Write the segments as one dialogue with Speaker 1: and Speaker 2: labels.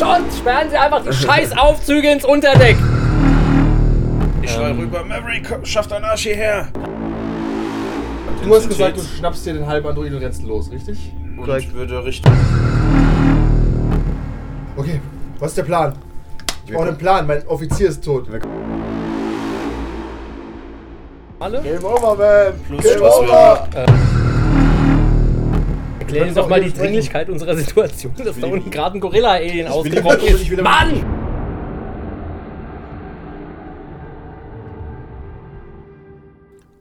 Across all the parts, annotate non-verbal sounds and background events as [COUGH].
Speaker 1: John, sperren Sie einfach die scheiß Aufzüge ins Unterdeck.
Speaker 2: Ich schrei
Speaker 3: Ähm,
Speaker 2: rüber, Maverick, komm, schaff deinen Arsch hierher.
Speaker 3: Du hast gesagt, du schnappst dir den halben Android und rennst los, richtig?
Speaker 2: Und
Speaker 4: Korrekt.
Speaker 2: ich würde Richtung...
Speaker 3: Okay, was ist der Plan? Ich brauche einen Plan, mein Offizier ist tot.
Speaker 1: Alle?
Speaker 3: Game over, man!
Speaker 2: Plus
Speaker 3: Game
Speaker 2: Spaß,
Speaker 3: over!
Speaker 1: Erklären Sie doch mal die Dringlichkeit unserer Situation, dass da unten gerade ein Gorilla-Alien
Speaker 3: will-
Speaker 1: ausgerobbt
Speaker 3: ich
Speaker 1: ist.
Speaker 3: will-
Speaker 1: Mann!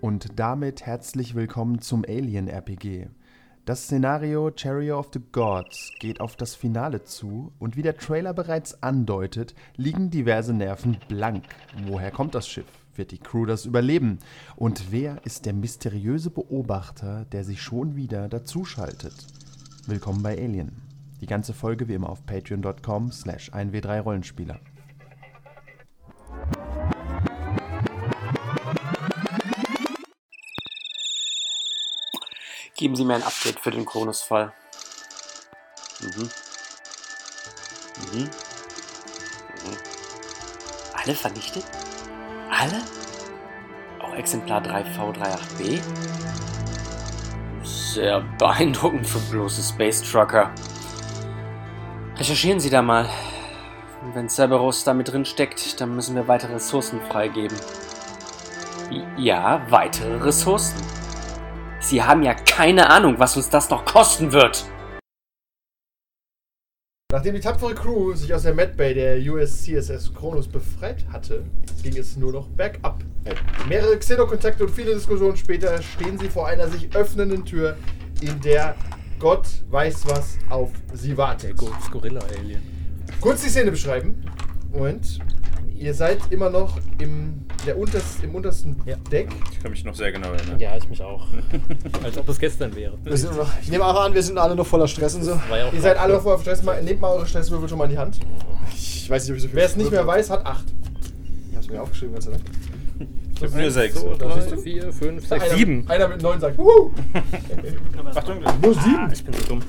Speaker 5: Und damit herzlich willkommen zum Alien RPG. Das Szenario Chariot of the Gods geht auf das Finale zu und wie der Trailer bereits andeutet, liegen diverse Nerven blank. Woher kommt das Schiff? Wird die Crew das überleben? Und wer ist der mysteriöse Beobachter, der sich schon wieder dazuschaltet? Willkommen bei Alien. Die ganze Folge wie immer auf patreon.com slash 1w3rollenspieler.
Speaker 6: Geben Sie mir ein Update für den Kronos-Fall. Mhm. Mhm. Mhm. Alle vernichtet? Alle? Auch Exemplar 3V38B? Sehr beeindruckend für bloße Space Trucker. Recherchieren Sie da mal. Und Wenn Cerberus da mit drin steckt, dann müssen wir weitere Ressourcen freigeben. Ja, weitere Ressourcen. Sie haben ja keine Ahnung, was uns das noch kosten wird.
Speaker 3: Nachdem die tapfere Crew sich aus der Medbay der USCSS Kronos befreit hatte, ging es nur noch bergab. Mehrere Xenokontakte und viele Diskussionen später stehen sie vor einer sich öffnenden Tür, in der Gott weiß was auf sie wartet.
Speaker 1: Das Gorilla-Alien.
Speaker 3: Kurz die Szene beschreiben. Moment. Ihr seid immer noch im, der unterst, im untersten
Speaker 1: Ja.
Speaker 3: Deck.
Speaker 2: Ich kann mich noch sehr genau erinnern.
Speaker 1: Ja, ich mich auch. [LAUGHS] Als ob es gestern wäre.
Speaker 7: Wir sind noch, ich nehme auch an, wir sind alle noch voller Stress und so.
Speaker 1: War ja auch
Speaker 3: Ihr seid alle auf eurer Stress. mal- Nehmt mal eure Stresswürfel schon mal in die Hand.
Speaker 7: Ich weiß nicht, ob ich so viel.
Speaker 3: Wer es nicht mehr weiß, hat 8.
Speaker 7: Ich hab's mir aufgeschrieben, Gott sei Dank.
Speaker 2: Ich hab nur sechs.
Speaker 1: So,
Speaker 2: Achtung,
Speaker 1: drei, Also vier, fünf, sechs,
Speaker 3: einer,
Speaker 1: sieben.
Speaker 3: Einer mit 9
Speaker 1: [LAUGHS]
Speaker 3: sagt, wuhu!
Speaker 2: Achtung.
Speaker 1: Ah, Ich bin so dumm.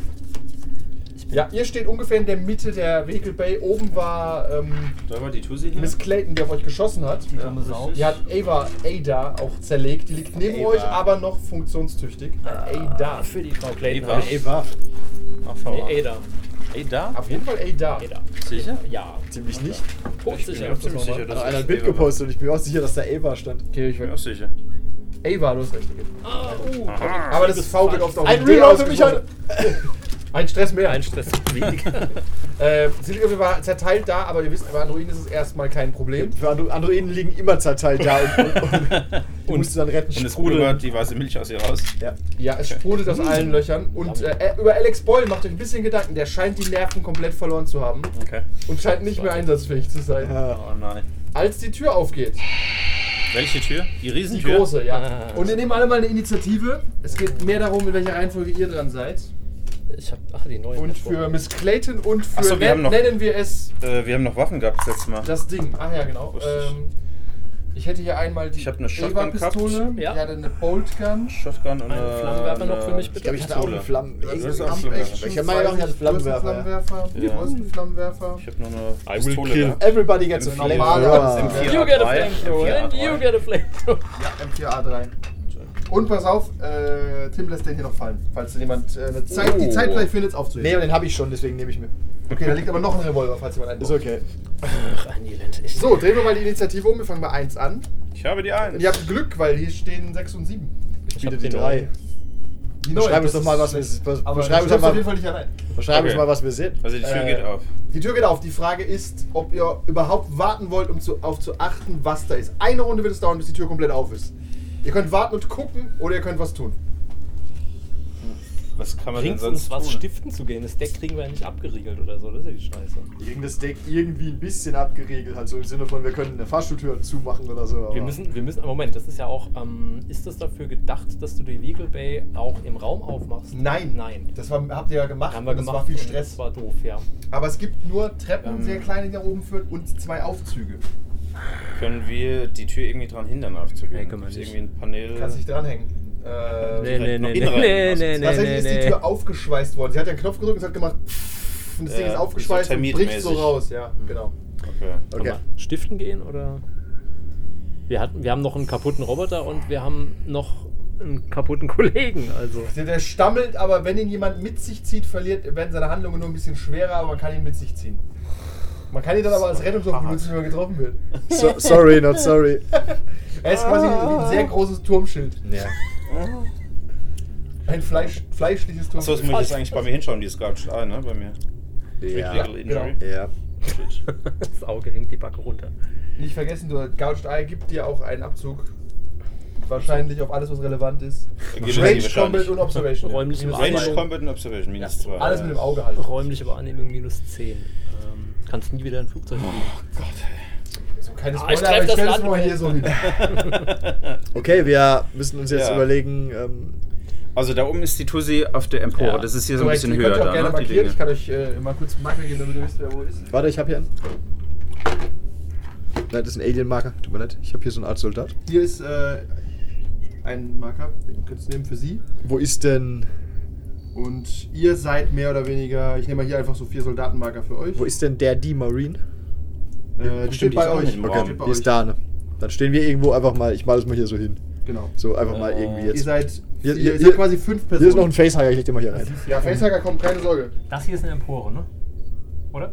Speaker 3: Ja, ihr steht ungefähr in der Mitte der Vehicle Bay. Oben war ähm,
Speaker 2: Da war die Tussi hier.
Speaker 3: Miss Clayton, die auf euch geschossen hat. Die hat Ava, Ada auch zerlegt. Die liegt neben euch, aber noch funktionstüchtig.
Speaker 7: Ah.
Speaker 3: Ada.
Speaker 1: Für die Frau Clayton.
Speaker 2: Eva.
Speaker 1: habe ich-
Speaker 7: Eva.
Speaker 1: Nee, Ada.
Speaker 2: Ey, da?
Speaker 3: Auf jeden Fall Ada.
Speaker 1: Ada.
Speaker 2: Sicher?
Speaker 1: Ja.
Speaker 7: Ziemlich nicht.
Speaker 1: Hochsicher.
Speaker 2: Ich bin mir auch ziemlich sicher, dass
Speaker 7: Da hat einer
Speaker 2: das
Speaker 7: ein Bild
Speaker 2: Eva war.
Speaker 7: gepostet und ich bin mir auch sicher, dass da Ava stand.
Speaker 3: Okay,
Speaker 2: Ich
Speaker 3: ich
Speaker 2: bin
Speaker 3: will.
Speaker 2: mir auch sicher.
Speaker 3: Ava, du hast recht.
Speaker 1: Ah, uh.
Speaker 3: Aber das V geht oft auf
Speaker 7: Ein
Speaker 3: den D
Speaker 7: Reload für mich heute.
Speaker 3: ausgewogen. [LAUGHS] Ein Stress mehr.
Speaker 1: Ein Stress weniger.
Speaker 3: Äh, sie liegt auf jeden Fall zerteilt da, aber ihr wisst, bei Androiden ist es erstmal kein Problem.
Speaker 7: Für Andro Androiden liegen immer zerteilt da und, und, und,
Speaker 3: [LAUGHS]
Speaker 7: die musst du dann retten.
Speaker 2: Und es rudert die weiße Milch aus ihr raus.
Speaker 7: Ja.
Speaker 3: Ja, es sprudelt aus allen Löchern. Und äh, über Alex Boyle macht euch ein bisschen Gedanken. Der scheint die Nerven komplett verloren zu haben
Speaker 2: Okay.
Speaker 3: und scheint nicht mehr einsatzfähig zu sein.
Speaker 7: Ja.
Speaker 2: Oh nein.
Speaker 3: Als die Tür aufgeht,
Speaker 2: Welche Tür? Die
Speaker 3: die
Speaker 2: Riesentür?
Speaker 3: große, ja.
Speaker 1: Ah.
Speaker 3: Und ihr nehmt alle mal eine Initiative. Es geht mehr darum, in welcher Reihenfolge ihr dran seid.
Speaker 1: Ich hab. Ach, die neue.
Speaker 3: Und für Miss Clayton und für,
Speaker 2: Ach so, wir
Speaker 3: nen-
Speaker 2: haben noch-
Speaker 3: nennen wir es
Speaker 2: Äh, wir haben noch Waffen gehabt das letzte Mal.
Speaker 3: das Ding. Ach ja, genau.
Speaker 2: Wusste ich.
Speaker 3: Ähm, ich hätte hier einmal die
Speaker 2: Ich hab eine Shotgun gehabt.
Speaker 3: Eva-Pistole.
Speaker 1: Ja.
Speaker 3: Ich hatte eine Boltgun.
Speaker 2: Shotgun und
Speaker 1: Einen
Speaker 2: eine-
Speaker 1: Flammenwerfer noch für mich,
Speaker 7: Ich
Speaker 1: bitte?
Speaker 7: glaube, ich hatte auch einen Flammen.
Speaker 2: Das
Speaker 7: Ich
Speaker 2: ist auch Flammenwerfer.
Speaker 7: hab mal gedacht, ich hatte
Speaker 3: Du
Speaker 7: Flammenwerfer. ja.
Speaker 3: hast einen Flammenwerfer.
Speaker 2: Ja.
Speaker 3: Du hast einen Flammenwerfer.
Speaker 2: Ich hab nur eine Pistole
Speaker 1: Äh,
Speaker 2: gehabt.
Speaker 7: Everybody gets a
Speaker 2: Im
Speaker 7: flame.
Speaker 2: Normalen-
Speaker 7: Ja.
Speaker 2: im Vier-
Speaker 1: You get a
Speaker 2: drei,
Speaker 1: flamethrower.
Speaker 2: vier,
Speaker 1: And
Speaker 2: drei.
Speaker 1: you get a flamethrower.
Speaker 3: Ja, M4A3. Und pass auf, äh, Tim lässt den hier noch fallen, falls denn jemand äh, eine Zeit, die
Speaker 2: Oh.
Speaker 3: Zeit vielleicht findet, es
Speaker 7: Nee,
Speaker 3: aufzuheben.
Speaker 7: aber den habe ich schon, deswegen nehme ich mir.
Speaker 3: Okay, da liegt aber noch ein Revolver, falls jemand einen
Speaker 7: Ist
Speaker 3: braucht.
Speaker 7: okay.
Speaker 1: Ach, ein Elend. Ich
Speaker 3: So, drehen wir mal die Initiative um, wir fangen bei 1 an.
Speaker 2: Ich habe die
Speaker 3: Und
Speaker 2: eins.
Speaker 3: ihr habt Glück, weil hier stehen 6 und 7.
Speaker 7: Ich biete
Speaker 1: hab
Speaker 7: die
Speaker 1: den
Speaker 7: drei.
Speaker 3: Die
Speaker 7: Beschreib uns
Speaker 3: das
Speaker 7: doch mal,
Speaker 3: ist
Speaker 7: was wir,
Speaker 3: schlecht.
Speaker 7: was,
Speaker 3: Aber
Speaker 7: beschreib uns doch
Speaker 3: das auf jeden
Speaker 7: mal,
Speaker 3: Fall nicht allein.
Speaker 7: beschreib uns
Speaker 2: Okay.
Speaker 7: mal, was wir sehen.
Speaker 2: Also die Tür
Speaker 3: Äh,
Speaker 2: geht auf.
Speaker 3: Die Tür geht auf. Die Frage ist, ob ihr überhaupt warten wollt, um zu, auf zu achten, was da ist. Eine Runde wird es dauern, bis die Tür komplett auf ist. Ihr könnt warten und gucken oder ihr könnt was tun.
Speaker 2: Was kann man denn
Speaker 1: Bringt
Speaker 2: sonst
Speaker 1: uns was,
Speaker 2: tun?
Speaker 1: stiften zu gehen. Das Deck kriegen wir ja nicht abgeriegelt oder so. Das ist ja die Scheiße.
Speaker 7: Gegen das Deck irgendwie ein bisschen abgeregelt, halt so im Sinne von, wir können eine Fahrstuhltür zumachen oder so.
Speaker 1: Wir
Speaker 7: aber-
Speaker 1: müssen, wir müssen, Moment, das ist ja auch, ähm, ist das dafür gedacht, dass du die Legal Bay auch im Raum aufmachst?
Speaker 3: Nein.
Speaker 1: Nein.
Speaker 3: Das war, habt ihr ja gemacht.
Speaker 1: haben wir
Speaker 3: und
Speaker 1: gemacht.
Speaker 3: Das war viel
Speaker 1: und
Speaker 3: Stress.
Speaker 1: Das war doof, ja.
Speaker 3: Aber es gibt nur Treppen,
Speaker 2: Ähm.
Speaker 3: sehr kleine, die nach oben führen und zwei Aufzüge.
Speaker 2: Können wir die Tür irgendwie dran hindern aufzugehen?
Speaker 1: Nee, können wir
Speaker 2: Gibt's
Speaker 1: nicht.
Speaker 2: irgendwie ein Panel.
Speaker 3: Kannst dich dranhängen. Äh,
Speaker 2: nee, nee, nee, nee, nee,
Speaker 3: tatsächlich ist die Tür aufgeschweißt worden. Sie hat ja einen Knopf gedrückt und es hat gemacht. und das Ding
Speaker 2: Ja,
Speaker 3: ist aufgeschweißt
Speaker 2: so
Speaker 3: und bricht so
Speaker 2: termitmäßig. Hm.
Speaker 3: raus. Ja, genau.
Speaker 2: Okay.
Speaker 3: Okay.
Speaker 1: Sollen wir Stiften gehen oder? Wir, hatten, wir haben noch einen kaputten Roboter und wir haben noch einen kaputten Kollegen. Also.
Speaker 3: Der, der stammelt, aber wenn ihn jemand mit sich zieht, verliert, werden seine Handlungen nur ein bisschen schwerer, aber man kann ihn mit sich ziehen. Man kann ihn dann aber als Rettungswaffe benutzen, wenn man getroffen wird.
Speaker 7: So, sorry, not sorry.
Speaker 3: Er ist quasi wie
Speaker 2: Ah.
Speaker 3: ein sehr großes Turmschild.
Speaker 2: Ja.
Speaker 3: Ein Fleisch, fleischliches
Speaker 2: Achso, das
Speaker 3: Turmschild.
Speaker 2: muss ich jetzt eigentlich bei mir hinschauen, dieses Garbage Eye, ne? Bei mir.
Speaker 7: Ja.
Speaker 2: Critical Injury.
Speaker 7: Ja.
Speaker 2: Shit.
Speaker 1: Das Auge hängt die Backe runter.
Speaker 3: Nicht vergessen, du Gouged Eye gibt dir auch einen Abzug. Wahrscheinlich auf alles, was relevant ist.
Speaker 2: Agility
Speaker 3: Range Combat
Speaker 2: wahrscheinlich.
Speaker 3: und Observation.
Speaker 1: Räumliche
Speaker 3: Minus
Speaker 1: Wahrnehmung.
Speaker 2: Range
Speaker 3: zwei.
Speaker 2: Combat und Observation, minus zwei.
Speaker 3: Alles
Speaker 2: ja.
Speaker 3: mit dem Auge halt. halten.
Speaker 1: Räumliche Wahrnehmung minus 10. Ähm, kannst nie wieder ein Flugzeug fliegen.
Speaker 3: So keine
Speaker 1: Ah, ich
Speaker 3: Spoiler, aber
Speaker 1: treff
Speaker 3: ich
Speaker 1: das
Speaker 3: stelle es
Speaker 1: Rad
Speaker 3: mal
Speaker 1: mit.
Speaker 3: hier so hin.
Speaker 7: [LAUGHS] Okay, wir müssen uns jetzt
Speaker 2: Ja.
Speaker 7: überlegen. Ähm,
Speaker 2: Also da oben ist die Tussi auf der Empore.
Speaker 1: Ja.
Speaker 2: Das ist hier so ein
Speaker 3: Korrekt,
Speaker 2: bisschen
Speaker 3: ihr
Speaker 2: höher
Speaker 3: könnt ihr auch gerne
Speaker 2: da, ne? Die
Speaker 3: markieren.
Speaker 2: Dinge.
Speaker 3: Ich kann euch äh, mal kurz einen Marker geben, damit ihr wisst, wer wo ist.
Speaker 7: warte, ich habe hier einen. Nein, das ist ein Alien-Marker. Tut mir leid. Ich habe hier so eine Art Soldat.
Speaker 3: Hier ist äh, ein Marker, den könnt ihr nehmen für sie.
Speaker 7: Wo ist denn.
Speaker 3: Und ihr seid mehr oder weniger, ich nehme mal hier einfach so vier Soldatenmarker für euch.
Speaker 7: Wo ist denn der die Marine?
Speaker 3: äh, die steht
Speaker 2: Stimmt, die ist
Speaker 3: bei
Speaker 2: auch
Speaker 3: euch.
Speaker 2: nicht im
Speaker 3: Die
Speaker 2: Raum.
Speaker 3: steht bei
Speaker 7: Die
Speaker 3: euch.
Speaker 7: ist da, ne? Dann stehen wir irgendwo einfach mal. Ich male das mal hier so hin.
Speaker 3: Genau.
Speaker 7: So einfach mal
Speaker 2: Äh,
Speaker 7: irgendwie
Speaker 3: Ihr
Speaker 7: jetzt.
Speaker 3: seid,
Speaker 7: Hier-
Speaker 3: ihr,
Speaker 7: hier-
Speaker 3: seid
Speaker 7: hier-
Speaker 3: quasi fünf Personen.
Speaker 7: Hier ist noch ein Facehacker, ich leg den mal hier rein.
Speaker 3: [LAUGHS] Ja, Facehacker kommt, keine Sorge.
Speaker 1: Das hier ist eine Empore, ne? Oder?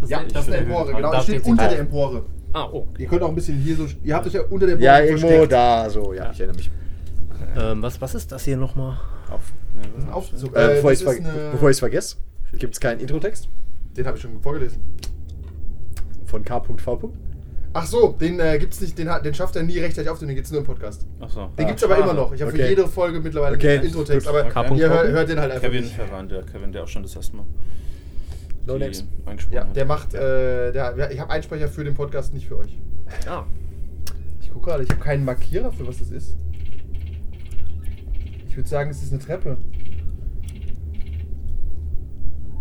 Speaker 1: Das
Speaker 3: Ja, das ist eine Empore, genau. Das steht unter der Empore.
Speaker 1: Ah, oh.
Speaker 3: Ihr könnt auch ein bisschen hier so. Ihr habt euch ja unter der Empore
Speaker 7: Ja, irgendwo
Speaker 3: versteckt.
Speaker 7: da, so, ja, ich erinnere mich.
Speaker 1: Ähm, was, was ist das hier nochmal?
Speaker 2: Auf,
Speaker 3: Das ist ein
Speaker 2: ne,
Speaker 3: Aufzug.
Speaker 7: Äh,
Speaker 3: Äh,
Speaker 7: bevor
Speaker 3: das
Speaker 7: ich
Speaker 3: ist eine-
Speaker 7: es vergesse, gibt es keinen Introtext
Speaker 3: Den habe ich schon vorgelesen.
Speaker 7: von K.V.
Speaker 3: Ach so, den äh, gibt's nicht, den, hat- den schafft er nie rechtzeitig auf, den gibt's nur im Podcast.
Speaker 2: Achso.
Speaker 4: Ah,
Speaker 3: Den gibt's aber
Speaker 2: schade.
Speaker 3: immer noch. Ich habe für
Speaker 7: Okay.
Speaker 3: jede Folge mittlerweile
Speaker 7: Okay,
Speaker 3: einen Intro-Text,
Speaker 7: gut.
Speaker 3: aber
Speaker 1: Okay.
Speaker 3: ihr hört, hört den halt einfach
Speaker 2: ah. Kevin
Speaker 3: nicht.
Speaker 2: verwandt, ja. Kevin, der auch schon das erste Mal
Speaker 7: No
Speaker 2: die
Speaker 7: next.
Speaker 2: eingesprochen
Speaker 3: Ja,
Speaker 2: hat.
Speaker 3: der macht, äh, der, ich habe Einsprecher für den Podcast, nicht für euch.
Speaker 1: Ah,
Speaker 3: Ich gucke gerade, ich habe keinen Markierer für was das ist. Ich würde sagen, es ist eine Treppe.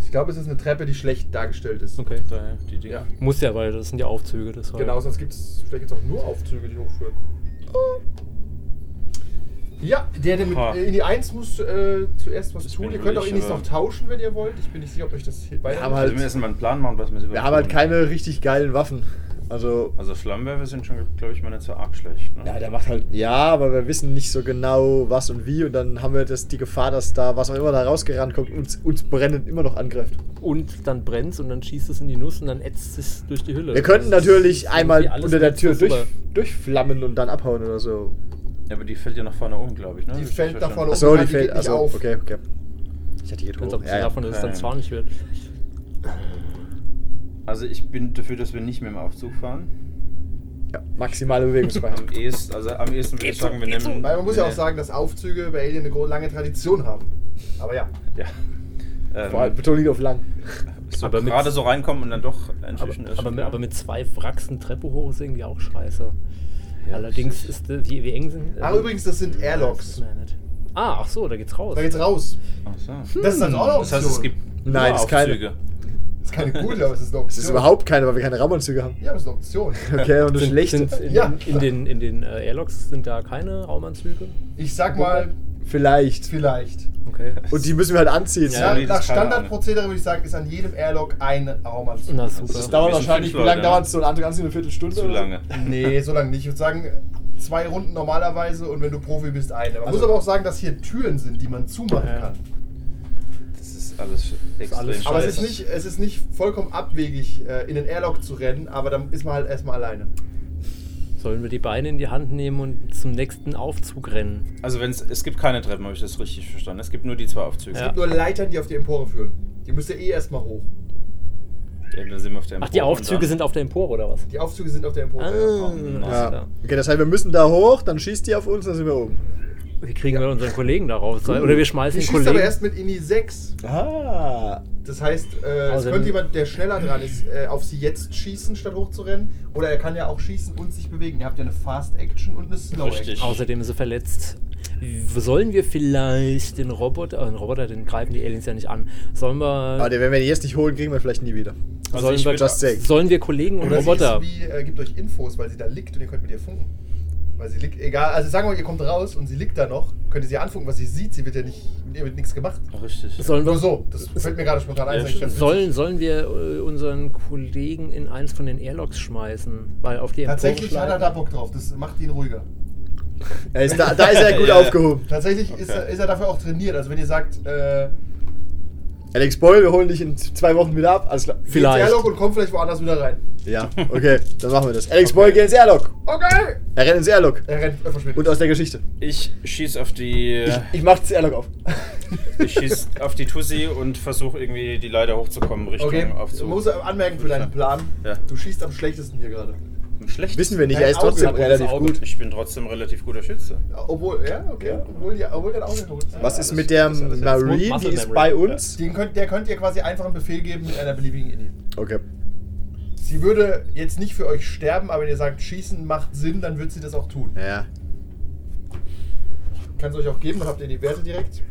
Speaker 3: Ich glaube, es ist eine Treppe, die schlecht dargestellt ist.
Speaker 1: okay.
Speaker 2: Daher die Dinge. Also
Speaker 3: Ja.
Speaker 1: Muss ja, weil das sind ja Aufzüge. Deshalb.
Speaker 3: Genau, sonst gibt es vielleicht jetzt auch nur Aufzüge, die hochführen. Ja, der, der mit
Speaker 2: Ha.
Speaker 3: äh, in die 1 muss äh, zuerst was
Speaker 2: Das
Speaker 3: tun.
Speaker 2: bin äh,
Speaker 3: Ihr könnt auch
Speaker 2: ich,
Speaker 3: Inis
Speaker 2: aber-
Speaker 3: noch tauschen, wenn ihr wollt. Ich bin nicht sicher, ob euch das hier weiter.
Speaker 7: haben
Speaker 2: Also
Speaker 7: halt-
Speaker 2: wir müssen mal einen Plan machen, was wir
Speaker 7: Wir haben halt keine richtig geilen Waffen. Also,
Speaker 2: Also Flammenwerfer sind schon, glaube ich, mal nicht so arg schlecht. Ne?
Speaker 7: ja, der macht halt, ja, aber wir wissen nicht so genau, was und wie. Und dann haben wir das, die Gefahr, dass da, was auch immer da rausgerannt kommt, uns, uns brennend immer noch angreift.
Speaker 1: Und dann brennt und dann schießt es in die Nuss und dann ätzt es durch die Hülle.
Speaker 7: Wir könnten
Speaker 1: Das ist
Speaker 7: natürlich
Speaker 1: irgendwie
Speaker 7: einmal
Speaker 1: alles
Speaker 7: unter der
Speaker 1: ganz
Speaker 7: Tür durch,
Speaker 1: super.
Speaker 7: durchflammen und dann abhauen oder so.
Speaker 2: Ja, aber die fällt ja nach vorne um, glaube ich. Ne?
Speaker 3: Die
Speaker 2: Hab ich
Speaker 3: fällt
Speaker 2: richtig
Speaker 3: nach vorne um.
Speaker 2: verstanden.
Speaker 3: Oben
Speaker 7: Achso,
Speaker 3: die
Speaker 7: die
Speaker 3: geht nicht
Speaker 7: fällt, also,
Speaker 3: auf.
Speaker 7: okay, okay. Ich hatte hier
Speaker 1: Als
Speaker 7: hoch.
Speaker 1: ob es
Speaker 7: Ja, ja.
Speaker 1: davon ist, dass es dann
Speaker 2: Keine
Speaker 1: zwar nicht wird.
Speaker 2: Also ich bin dafür, dass wir nicht mehr im Aufzug fahren.
Speaker 7: ja, maximale Bewegungsfreiheit.
Speaker 2: Am
Speaker 4: [LAUGHS]
Speaker 2: ehesten, also am ehesten würde ich sagen, wir nehmen...
Speaker 3: Weil man muss ja auch
Speaker 2: nee.
Speaker 3: sagen, dass Aufzüge bei Alien eine große lange Tradition haben. Aber ja.
Speaker 2: Ja. Ähm,
Speaker 7: Vor allem Betonung auf lang.
Speaker 2: so
Speaker 1: aber mit-
Speaker 2: gerade so reinkommen und dann doch
Speaker 1: Aber,
Speaker 2: inzwischen
Speaker 1: aber, mit- aber mit zwei Wrachsen Treppe hoch ist irgendwie auch scheiße. Allerdings ist äh, wie, wie eng sind.
Speaker 3: Ah, übrigens, das sind
Speaker 1: Das
Speaker 3: Airlocks.
Speaker 1: wissen wir ja nicht. Ah, ach so, da geht's raus.
Speaker 3: Da geht's raus.
Speaker 2: Ach so.
Speaker 3: Das ist dann auch eine
Speaker 2: Das heißt, es
Speaker 3: Option.
Speaker 2: gibt
Speaker 7: Nein,
Speaker 2: nur
Speaker 7: das ist keine-
Speaker 2: Aufzüge.
Speaker 3: Das ist
Speaker 7: [LAUGHS]
Speaker 3: keine gute, aber es ist eine
Speaker 7: Es
Speaker 3: Option.
Speaker 7: ist überhaupt keine, weil wir keine Raumanzüge haben.
Speaker 3: Ja, aber es ist eine Option.
Speaker 7: [LAUGHS] Okay, und das
Speaker 1: sind,
Speaker 7: Schlechte.
Speaker 1: sind in,
Speaker 3: Ja.
Speaker 1: in den, in den äh, Airlocks sind da keine Raumanzüge.
Speaker 3: Ich sag mal,
Speaker 7: Vielleicht.
Speaker 3: vielleicht.
Speaker 1: Okay.
Speaker 7: Und die müssen wir halt anziehen.
Speaker 2: Ja,
Speaker 3: Ja,
Speaker 2: nee, das
Speaker 3: nach
Speaker 2: ist keine
Speaker 3: Standardprozedere würde ich sagen, ist an jedem Airlock ein Raumanzug.
Speaker 1: Na super.
Speaker 7: Das dauert
Speaker 2: Wir sind
Speaker 7: wahrscheinlich, wie
Speaker 2: fünf
Speaker 7: lange
Speaker 2: Leute.
Speaker 7: dauert es so ein Anzug anziehen? Eine Viertelstunde?
Speaker 2: Zu
Speaker 7: oder so?
Speaker 2: lange.
Speaker 3: Nee, so lange nicht. Ich würde sagen, zwei Runden normalerweise und wenn du Profi bist, eine. Man
Speaker 7: Also-
Speaker 3: muss aber auch sagen, dass hier Türen sind, die man zumachen
Speaker 1: Ja.
Speaker 3: kann.
Speaker 2: Das ist alles extrem
Speaker 1: alles
Speaker 3: Aber es
Speaker 1: Scheiße.
Speaker 3: ist, nicht, es ist nicht vollkommen abwegig, äh, in den Airlock zu rennen, aber dann ist man halt erstmal alleine.
Speaker 1: Sollen wir die Beine in die Hand nehmen und zum nächsten Aufzug rennen?
Speaker 2: Also wenn's, es gibt keine Treppen, habe ich das richtig verstanden. Es gibt nur die zwei Aufzüge.
Speaker 1: Ja.
Speaker 3: Es gibt nur Leitern, die auf die Empore führen. Die müsst ihr eh erstmal hoch.
Speaker 2: Ja, dann sind wir auf der
Speaker 1: Ach, die
Speaker 2: Empore
Speaker 1: Aufzüge
Speaker 2: und
Speaker 1: sind auf der Empore oder was? Ah,
Speaker 3: Die Aufzüge sind auf der Empore. ja.
Speaker 2: Nein.
Speaker 1: alles
Speaker 7: Ja.
Speaker 1: klar.
Speaker 7: Okay, das heißt, wir müssen da hoch, dann schießt die auf uns, dann sind wir oben.
Speaker 1: Wie kriegen wir unseren Kollegen darauf? Oder wir schmeißen
Speaker 3: Die
Speaker 1: den
Speaker 3: schießt
Speaker 1: Kollegen.
Speaker 3: aber erst mit INI 6.
Speaker 7: Ah.
Speaker 3: Das heißt, äh, es
Speaker 1: Also
Speaker 3: könnte
Speaker 1: wenn-
Speaker 3: jemand, der schneller dran ist, äh, auf sie jetzt schießen, statt hochzurennen. Oder er kann ja auch schießen und sich bewegen. Ihr habt ja eine Fast Action und eine Slow Action.
Speaker 2: Richtig.
Speaker 1: Außerdem ist er verletzt. Sollen wir vielleicht den Roboter, äh, den Roboter, den greifen die Aliens ja nicht an. Sollen
Speaker 3: Ah,
Speaker 7: Aber
Speaker 1: wir,
Speaker 7: den- wenn wir die jetzt nicht holen, kriegen wir vielleicht nie wieder.
Speaker 2: Also
Speaker 1: sollen
Speaker 2: ich
Speaker 1: wir
Speaker 2: würd-
Speaker 7: Just saying.
Speaker 1: sollen wir Kollegen und
Speaker 3: Oder sie ist
Speaker 1: Roboter?
Speaker 3: wie, äh, gibt euch Infos, weil sie da liegt und ihr könnt mit ihr funken. Weil sie liegt, egal, also sagen wir mal, ihr kommt raus und sie liegt da noch, könnt ihr sie anfunken, was sie sieht, sie wird ja nicht, mit ihr wird nichts gemacht.
Speaker 4: Richtig.
Speaker 1: Sollen
Speaker 3: Nur
Speaker 1: wir,
Speaker 3: so, das fällt mir gerade spontan ein. das ist eigentlich ganz
Speaker 1: sollen,
Speaker 3: witzig.
Speaker 1: sollen wir äh, unseren Kollegen in eins von den Airlocks schmeißen? Weil auf die Empore
Speaker 3: Tatsächlich hat er
Speaker 1: schlagen-
Speaker 3: da Bock drauf, das macht ihn ruhiger.
Speaker 7: Er ist da, da ist er gut
Speaker 4: Ja.
Speaker 7: aufgehoben.
Speaker 3: Tatsächlich ist,
Speaker 4: Okay.
Speaker 3: er, ist er dafür auch trainiert, also wenn ihr sagt, äh,
Speaker 7: Alex Boyle, wir holen dich in zwei Wochen wieder ab. Alles klar.
Speaker 1: Vielleicht.
Speaker 3: geht's Airlock und komm vielleicht woanders wieder rein.
Speaker 7: Ja, okay, dann machen wir das. Alex Boyle, geh ins Airlock.
Speaker 3: Okay!
Speaker 7: Er rennt ins Airlock.
Speaker 3: Er rennt, er verschwindet.
Speaker 7: Und aus der Geschichte.
Speaker 4: Ich schieß auf die.
Speaker 7: Ich, ich mach das Airlock [LAUGHS] auf.
Speaker 4: Ich schieß auf die Tussi und versuche irgendwie die Leiter hochzukommen, Richtung
Speaker 3: okay,
Speaker 4: aufzu.
Speaker 3: muss er anmerken für deinen Plan.
Speaker 4: Ja.
Speaker 3: Du schießt am schlechtesten hier gerade.
Speaker 4: Schlecht.
Speaker 7: Wissen wir nicht,
Speaker 3: Dein
Speaker 7: er ist
Speaker 3: Auge
Speaker 7: trotzdem
Speaker 3: hat das
Speaker 7: relativ
Speaker 3: Auge.
Speaker 7: gut.
Speaker 4: Ich bin trotzdem relativ guter Schütze.
Speaker 3: Obwohl, ja, okay. Obwohl, die, obwohl der Auge tot ist.
Speaker 7: Was ist mit der Marine? Die
Speaker 1: Muscle
Speaker 7: ist
Speaker 1: Memory.
Speaker 7: bei uns.
Speaker 3: Den könnt, der könnt ihr quasi einfach einen Befehl geben mit einer beliebigen Idee.
Speaker 7: Okay.
Speaker 3: Sie würde jetzt nicht für euch sterben, aber wenn ihr sagt, schießen macht Sinn, dann wird sie das auch tun.
Speaker 7: Ja.
Speaker 3: Kann es euch auch geben, dann habt ihr die Werte direkt.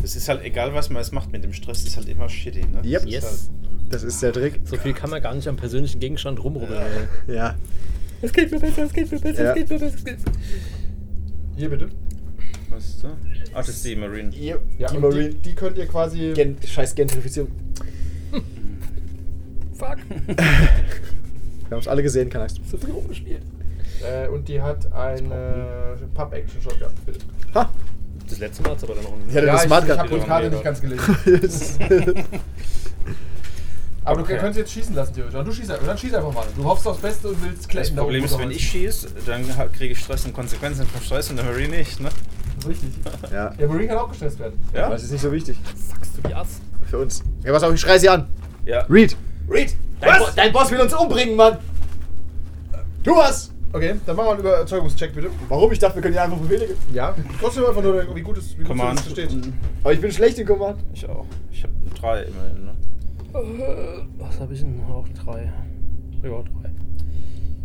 Speaker 4: Das ist halt egal, was man es macht mit dem Stress, ist halt immer shitty, ne?
Speaker 7: Yep.
Speaker 4: Das ist
Speaker 1: Yes.
Speaker 7: Das ist der Trick.
Speaker 1: So viel kann man gar nicht am persönlichen Gegenstand rumrubbeln. ey.
Speaker 7: Ja.
Speaker 1: Es geht mir besser, es geht mir besser,
Speaker 7: Ja.
Speaker 1: es geht mir besser. Es geht mir besser.
Speaker 3: Hier bitte.
Speaker 4: Halt, was ist da? Ach, das ist die Marine.
Speaker 7: Yep.
Speaker 3: Ja,
Speaker 7: die
Speaker 3: und
Speaker 7: Marine.
Speaker 3: die, die könnt ihr quasi.
Speaker 7: Gen Scheiß Gentrifizierung.
Speaker 1: Fuck,
Speaker 7: Wir haben es alle gesehen, keine Angst.
Speaker 1: es ist rumgespielt.
Speaker 3: Äh, und die hat eine Pump-Action-Shotgun. Bitte.
Speaker 7: Ha!
Speaker 1: Das letzte Mal hat es aber dann noch ein.
Speaker 7: Ja, das
Speaker 3: ich,
Speaker 7: Smart
Speaker 3: ich habe
Speaker 4: wieder
Speaker 3: die Karte
Speaker 4: umgeht,
Speaker 3: nicht ganz gelesen. [LAUGHS] Aber du könntest jetzt schießen lassen, theoretisch. Du schießt, dann schieß einfach mal. Du hoffst aufs Beste und willst
Speaker 4: Das
Speaker 3: kletten. da
Speaker 4: Problem
Speaker 3: oben
Speaker 4: ist, wenn
Speaker 3: raus.
Speaker 4: ich schieße, dann ha- kriege ich Stress und Konsequenzen vom Stress und der Marine nicht, ne?
Speaker 3: Das ist richtig.
Speaker 7: [LAUGHS] Ja.
Speaker 3: Der Marine kann auch gestresst werden.
Speaker 7: Aber
Speaker 4: Ja?
Speaker 7: das ist nicht so wichtig.
Speaker 1: Sagst du die Ass?
Speaker 7: Für uns. Ja, pass auf, ich schrei sie an.
Speaker 4: Ja.
Speaker 7: Reed!
Speaker 3: Reed!
Speaker 7: Dein, Bo dein Boss will uns umbringen, Mann! Tu was!
Speaker 3: Okay, dann machen wir einen Überzeugungscheck, bitte.
Speaker 7: Warum? Ich dachte, wir können ja einfach bewilligen.
Speaker 3: Ja. Trotzdem einfach nur, wie gut es wie gut
Speaker 4: Komm mal
Speaker 3: es versteht.
Speaker 4: an.
Speaker 7: Aber ich bin schlecht in Command.
Speaker 4: Ich auch. Ich habe drei immerhin, ne?
Speaker 1: Was hab ich denn? Auch drei. Ja, drei.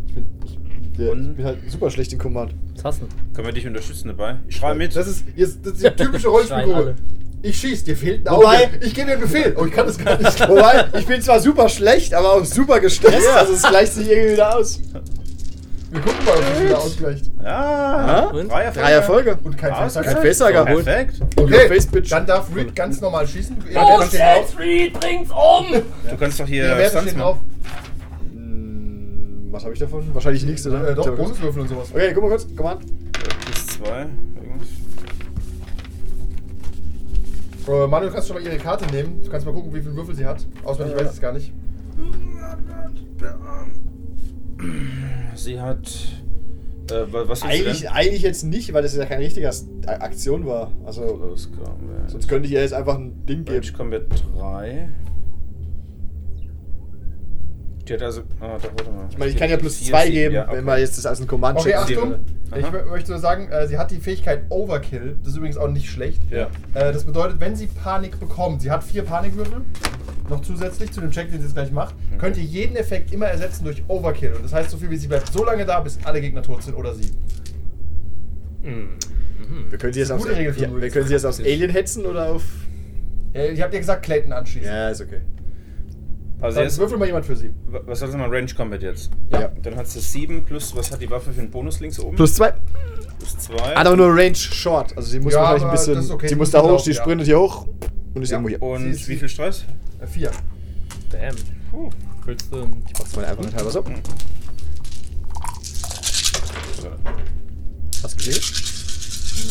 Speaker 7: Ich bin, ich, ja,
Speaker 4: Und?
Speaker 7: ich bin halt super schlecht in Command.
Speaker 1: Was hast du? denn?
Speaker 4: Können wir dich unterstützen dabei? Ich schrei mit.
Speaker 3: Das ist, das ist
Speaker 4: [LAUGHS]
Speaker 3: die typische
Speaker 1: Schreien
Speaker 3: Rollenspielgruppe.
Speaker 1: alle.
Speaker 3: Ich schieß, dir fehlt ein
Speaker 7: Wobei-
Speaker 3: Auge. Ich gebe dir einen Befehl. Oh, ich kann das gar nicht.
Speaker 7: Wobei, ich bin zwar super schlecht, aber auch super gestresst, also es gleicht sich irgendwie wieder aus.
Speaker 3: Wir gucken mal, ob das wieder ausgleicht.
Speaker 4: Ja.
Speaker 1: Und?
Speaker 4: Drei Erfolge.
Speaker 7: Drei Erfolge.
Speaker 3: Und kein
Speaker 4: Ah, ist
Speaker 3: Fenster.
Speaker 7: Kein Fässer geholt.
Speaker 4: Perfekt.
Speaker 7: Your face, bitch.
Speaker 3: dann darf Reed ganz normal schießen. Ihr
Speaker 4: Oh,
Speaker 3: Werte stehen drauf.
Speaker 1: Reed, bring's um!
Speaker 4: Du kannst doch hier
Speaker 3: Ihr Werte
Speaker 4: Stunts
Speaker 3: stehen drauf.
Speaker 4: machen.
Speaker 7: Hm, Was habe ich davon? Wahrscheinlich nichts, oder?
Speaker 3: Äh, doch,
Speaker 7: Ich glaub, kurz.
Speaker 3: Bonuswürfel und sowas.
Speaker 7: Okay, guck mal kurz. Command.
Speaker 4: Plus zwei. Irgendwas.
Speaker 3: Äh, Manuel, du kannst schon mal ihre Karte nehmen. Du kannst mal gucken, wie viele Würfel sie hat. Auswendig weiß ich es gar nicht.
Speaker 4: Sie hat. Äh, wa- was ist
Speaker 7: Eigentlich,
Speaker 4: denn?
Speaker 7: eigentlich jetzt nicht, weil das ja keine richtige As- A- äh, Aktion war. Also,
Speaker 4: Los, komm,
Speaker 7: sonst könnte ich ihr jetzt einfach ein Ding
Speaker 4: Jetzt
Speaker 7: geben.
Speaker 4: kommen wir drei. Die hat also. Ah, da, warte mal.
Speaker 7: Ich meine, ich kann ja plus 2 geben, wenn wir jetzt das als ein Command
Speaker 3: Okay,
Speaker 7: checken.
Speaker 3: Achtung.
Speaker 4: Aha.
Speaker 3: Ich mö- möchte nur sagen, äh, sie hat die Fähigkeit Overkill. Das ist übrigens auch nicht schlecht.
Speaker 4: Ja.
Speaker 3: Äh, das bedeutet, wenn sie Panik bekommt, sie hat vier Panikwürfel, noch zusätzlich zu dem Check, den sie jetzt gleich macht,
Speaker 4: Mhm.
Speaker 3: könnt ihr jeden Effekt immer ersetzen durch Overkill. Und das heißt so viel wie sie bleibt so lange da, bis alle Gegner tot sind oder sie.
Speaker 1: Mhm,
Speaker 7: Wir können sie jetzt aufs,
Speaker 3: Gute Regel für
Speaker 7: ja,
Speaker 3: Rules.
Speaker 7: wir können sie jetzt aufs Alien hetzen oder auf.
Speaker 3: Ja, Äh, ich hab dir gesagt, Clayton anschießen.
Speaker 7: Ja, ist okay.
Speaker 4: Also,
Speaker 3: Dann
Speaker 4: jetzt,
Speaker 3: würfel mal jemand für sie.
Speaker 4: wa- was hat sie mal? Range Combat jetzt.
Speaker 7: Ja.
Speaker 4: Dann hat sie 7 plus, was hat die Waffe für einen Bonus links oben?
Speaker 7: Plus 2.
Speaker 4: Plus 2.
Speaker 7: Hat Ah, aber nur Range Short. Also, sie muss
Speaker 3: Ja,
Speaker 7: wahrscheinlich ein
Speaker 3: aber das
Speaker 7: bisschen.
Speaker 3: ist okay, die
Speaker 7: Sie muss
Speaker 3: muss
Speaker 7: da
Speaker 3: da
Speaker 7: hoch,
Speaker 3: drauf,
Speaker 7: sie
Speaker 3: ja.
Speaker 7: sprintet hier hoch und ist
Speaker 3: Ja.
Speaker 7: irgendwo hier.
Speaker 4: Und
Speaker 3: Sie ist-
Speaker 4: wie viel Stress?
Speaker 3: Äh, vier.
Speaker 1: Damn. Puh. Willst du. Ich mach's
Speaker 7: Das war einfach nicht halber so. Hast du gesehen?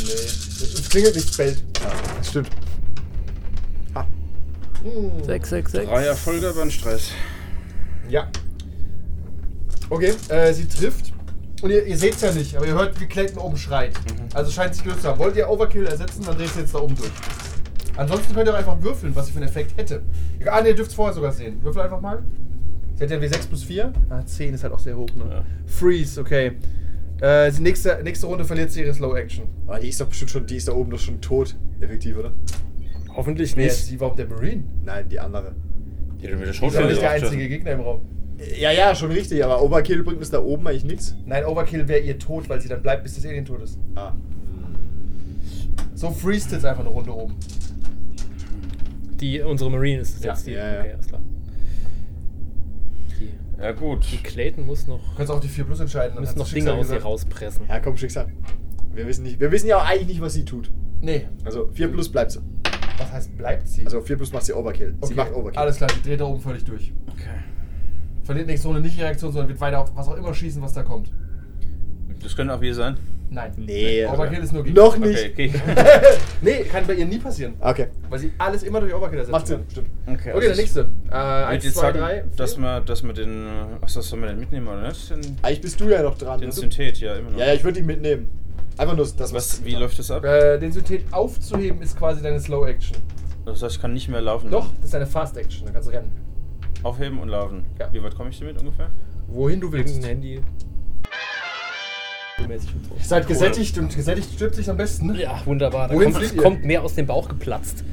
Speaker 3: Nee. Es es klingelt nichts, bellt.
Speaker 7: Das stimmt.
Speaker 3: Hm.
Speaker 1: 6, 6, 6.
Speaker 4: Drei Erfolge, aber ein Stress.
Speaker 3: Ja. Okay, äh, sie trifft. Und ihr, ihr seht's ja nicht, aber ihr hört, wie Clayton oben schreit. Also scheint sich gelöst zu haben. Wollt ihr Overkill ersetzen, dann dreht sie jetzt da oben durch. Ansonsten könnt ihr auch einfach würfeln, was sie für einen Effekt hätte. Ah, ne, ihr dürft vorher sogar sehen. Würfel einfach mal. Sie hat ja W6 plus 4. Ah, 10 ist halt auch sehr hoch, ne?
Speaker 4: Ja.
Speaker 3: Freeze, okay. Äh, die nächste, nächste Runde verliert sie ihre Slow Action.
Speaker 7: Aber Ah, die ist doch bestimmt schon, die ist da oben doch schon tot. Effektiv, oder?
Speaker 1: Hoffentlich
Speaker 3: Nee,
Speaker 1: nicht.
Speaker 3: sie war auf der Marine.
Speaker 7: Nein, die andere.
Speaker 4: Die hat mir das
Speaker 3: Sie ist ja nicht der
Speaker 4: drauf,
Speaker 3: einzige Gegner im Raum.
Speaker 7: Ja, ja, schon richtig, aber Overkill bringt uns da oben eigentlich nichts.
Speaker 3: Nein, Overkill wäre ihr tot, weil sie dann bleibt, bis das Alien tot ist.
Speaker 7: Ah.
Speaker 3: So freest jetzt einfach eine Runde oben.
Speaker 1: Die, unsere Marine ist es
Speaker 3: Ja.
Speaker 1: jetzt die.
Speaker 7: Ja, ja.
Speaker 1: Okay, alles klar. Die.
Speaker 4: Ja, gut.
Speaker 1: Clayton muss noch,
Speaker 3: Du kannst auch die 4 Plus entscheiden. dann
Speaker 1: muss
Speaker 3: hast
Speaker 1: noch
Speaker 3: du
Speaker 1: Dinge
Speaker 3: Schicksal
Speaker 1: aus ihr
Speaker 3: gesagt.
Speaker 1: rauspressen.
Speaker 7: Ja, komm, Schicksal. Wir wissen, nicht, wir wissen ja auch eigentlich nicht, was sie tut.
Speaker 3: Nee,
Speaker 7: Also 4 plus bleibt sie.
Speaker 3: was heißt bleibt sie?
Speaker 7: Also 4 plus macht sie Overkill. Sie
Speaker 3: Okay,
Speaker 7: macht Overkill.
Speaker 3: Alles klar, die dreht da oben völlig durch.
Speaker 4: Okay.
Speaker 3: Verliert nächste Runde nicht die Reaktion, sondern wird weiter auf was auch immer schießen, was da kommt.
Speaker 4: Das können auch wir sein.
Speaker 3: Nein.
Speaker 7: Nee. also
Speaker 3: Overkill ist nur gegen-
Speaker 7: Noch nicht. [LAUGHS]
Speaker 4: Okay, okay.
Speaker 3: Nee, kann bei ihr nie passieren.
Speaker 7: Okay.
Speaker 3: Weil sie alles immer durch Overkill ersetzt.
Speaker 7: Macht Sinn.
Speaker 3: Stimmt.
Speaker 4: Okay,
Speaker 3: Okay, der nächste. Äh,
Speaker 4: Ich würde
Speaker 3: 1,
Speaker 4: jetzt
Speaker 3: 2,
Speaker 4: sagen,
Speaker 3: 3.
Speaker 4: dass wir, dass wir den. äh, Achso, das sollen wir denn mitnehmen, oder nicht? Den,
Speaker 7: Eigentlich bist du Ah, ja noch dran.
Speaker 4: den
Speaker 7: ne?
Speaker 4: Synthet, ja, immer noch.
Speaker 7: Ja, ja, ich würde ihn mitnehmen. Einfach nur das,
Speaker 4: Was, wie läuft das ab?
Speaker 3: Äh, den Synthet aufzuheben ist quasi deine Slow Action.
Speaker 4: Das heißt, ich kann nicht mehr laufen.
Speaker 3: Doch, das ist deine Fast Action, da kannst du rennen.
Speaker 4: Aufheben und laufen.
Speaker 3: Ja.
Speaker 4: Wie weit komme ich damit ungefähr?
Speaker 3: Wohin du willst.
Speaker 1: Irgendein Handy. Mäßig und so.
Speaker 3: Ihr seid gesättigt und gesättigt stirbt sich am besten. ne?
Speaker 1: Ja, wunderbar. Da
Speaker 3: Wohin
Speaker 1: kommt,
Speaker 3: fliegt
Speaker 1: es
Speaker 3: ihr?
Speaker 1: kommt mehr aus dem Bauch geplatzt.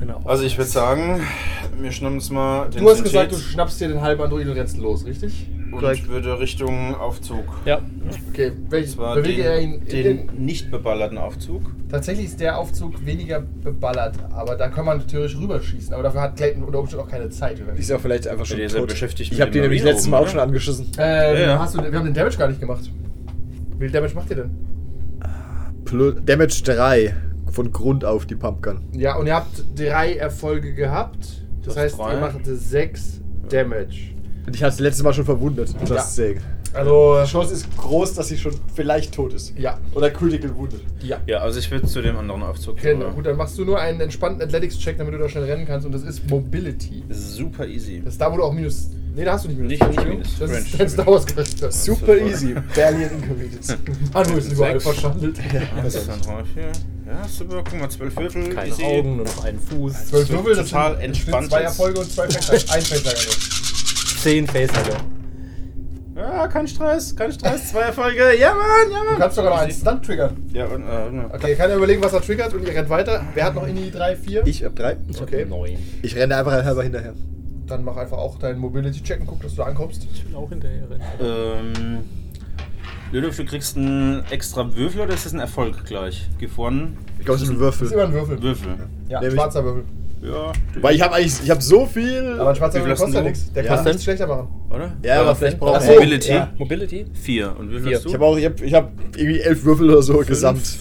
Speaker 1: Genau.
Speaker 4: Also, ich würde sagen, wir schnappen uns mal den
Speaker 3: Du hast gesagt, du schnappst dir den halben Androiden und rennst los, richtig?
Speaker 4: und würde Richtung Aufzug.
Speaker 1: ja,
Speaker 3: Okay, welches
Speaker 4: Das war
Speaker 3: bewege er ihn
Speaker 4: den,
Speaker 3: in
Speaker 4: den nicht beballerten Aufzug.
Speaker 3: Tatsächlich ist der Aufzug weniger beballert, aber da kann man theoretisch rüberschießen. Aber dafür hat Clayton unter Umständen auch keine Zeit. Oder?
Speaker 7: Ist ja vielleicht einfach schon
Speaker 4: Ja, der ist ja
Speaker 7: tot.
Speaker 4: beschäftigt
Speaker 7: ich
Speaker 4: mit
Speaker 7: habe den
Speaker 4: dem
Speaker 7: nämlich
Speaker 4: Marine
Speaker 7: letztes
Speaker 4: oben,
Speaker 7: Mal auch
Speaker 4: ne?
Speaker 7: schon angeschissen.
Speaker 3: Ähm,
Speaker 4: Ja, ja.
Speaker 3: Hast du, wir haben den Damage gar nicht gemacht. Wie viel Damage macht ihr denn?
Speaker 7: Plus, Damage 3 von Grund auf die Pumpgun.
Speaker 3: Ja, und ihr habt drei Erfolge gehabt. Das,
Speaker 4: Das
Speaker 3: heißt,
Speaker 4: drei.
Speaker 3: ihr macht sechs Damage.
Speaker 7: Und ich hatte sie letztes Mal schon verwundet. Das
Speaker 3: Ja.
Speaker 7: deswegen.
Speaker 3: Also,
Speaker 7: Die Chance ist groß, dass sie schon vielleicht tot ist.
Speaker 3: ja.
Speaker 7: Oder critical wounded.
Speaker 3: Ja.
Speaker 4: Ja, also ich würde zu dem anderen Aufzug
Speaker 3: Genau.
Speaker 4: rüber.
Speaker 3: Gut, dann machst du nur einen entspannten Athletics-Check, damit du da schnell rennen kannst. Und das ist Mobility.
Speaker 4: Super easy.
Speaker 3: Das ist da, wo du auch minus. Nee, da hast du nicht minus.
Speaker 4: Nicht- nicht
Speaker 3: Entschuldigung.
Speaker 4: minus.
Speaker 3: Das ist
Speaker 4: Range.
Speaker 3: dein Star Wars-Charakter.
Speaker 7: Super
Speaker 4: voll.
Speaker 7: easy. Barely inconvenience.
Speaker 3: Ah, du bist
Speaker 4: Sechs.
Speaker 3: überall verschandelt.
Speaker 4: Das ist dann drauf hier. Ja, super, guck mal, zwölf Würfel.
Speaker 1: keine
Speaker 4: easy.
Speaker 1: Augen, nur noch einen Fuß.
Speaker 3: Zwölf
Speaker 4: So
Speaker 3: Würfel, das
Speaker 4: total
Speaker 3: sind- das
Speaker 4: entspannt
Speaker 3: sind zwei
Speaker 4: jetzt.
Speaker 3: Erfolge und
Speaker 4: [LAUGHS]
Speaker 3: zwei Fächer. Ein Fächer, genau.
Speaker 1: Zehn Facehacker.
Speaker 4: Ja, kein Stress, kein Stress, zwei Erfolge. Ja, Mann, ja, Mann.
Speaker 3: Du kannst sogar noch einen Stunt triggern.
Speaker 4: Ja, und, äh, ne.
Speaker 3: Okay, kann er überlegen, was er triggert und ihr rennt weiter. Wer hat noch in die 3, 4?
Speaker 7: Ich hab 3.
Speaker 1: Ich
Speaker 3: Okay.
Speaker 1: okay. hab neun.
Speaker 7: Ich renne einfach halber hinterher.
Speaker 3: Dann mach einfach auch deinen Mobility-Check und guck, dass du ankommst.
Speaker 1: Ich will auch hinterher rennen.
Speaker 4: Ähm, Lüdolf, du kriegst einen extra Würfel oder ist das ein Erfolg gleich? Gefroren
Speaker 7: Ich glaube, es ist ein
Speaker 3: Das ist immer
Speaker 7: Würfel.
Speaker 3: ein Würfel.
Speaker 4: Würfel.
Speaker 3: Ja,
Speaker 7: Nämlich-
Speaker 3: schwarzer Würfel.
Speaker 4: Ja,
Speaker 7: Weil ich habe eigentlich, ich habe so viel.
Speaker 3: Aber ein schwarzer
Speaker 4: Wie viel
Speaker 3: Würfel
Speaker 4: hast
Speaker 3: kostet ja
Speaker 4: du?
Speaker 3: nichts. Der
Speaker 7: Ja.
Speaker 3: kann
Speaker 7: Was
Speaker 3: nichts schlechter machen.
Speaker 4: oder?
Speaker 7: ja, aber vielleicht braucht
Speaker 3: Ach so.
Speaker 4: Mobility.
Speaker 7: Ja.
Speaker 1: Mobility?
Speaker 4: Vier. Und wie viel
Speaker 1: Vier.
Speaker 4: hast du?
Speaker 7: Ich habe auch, ich habe ich hab irgendwie elf Würfel oder so gesamt.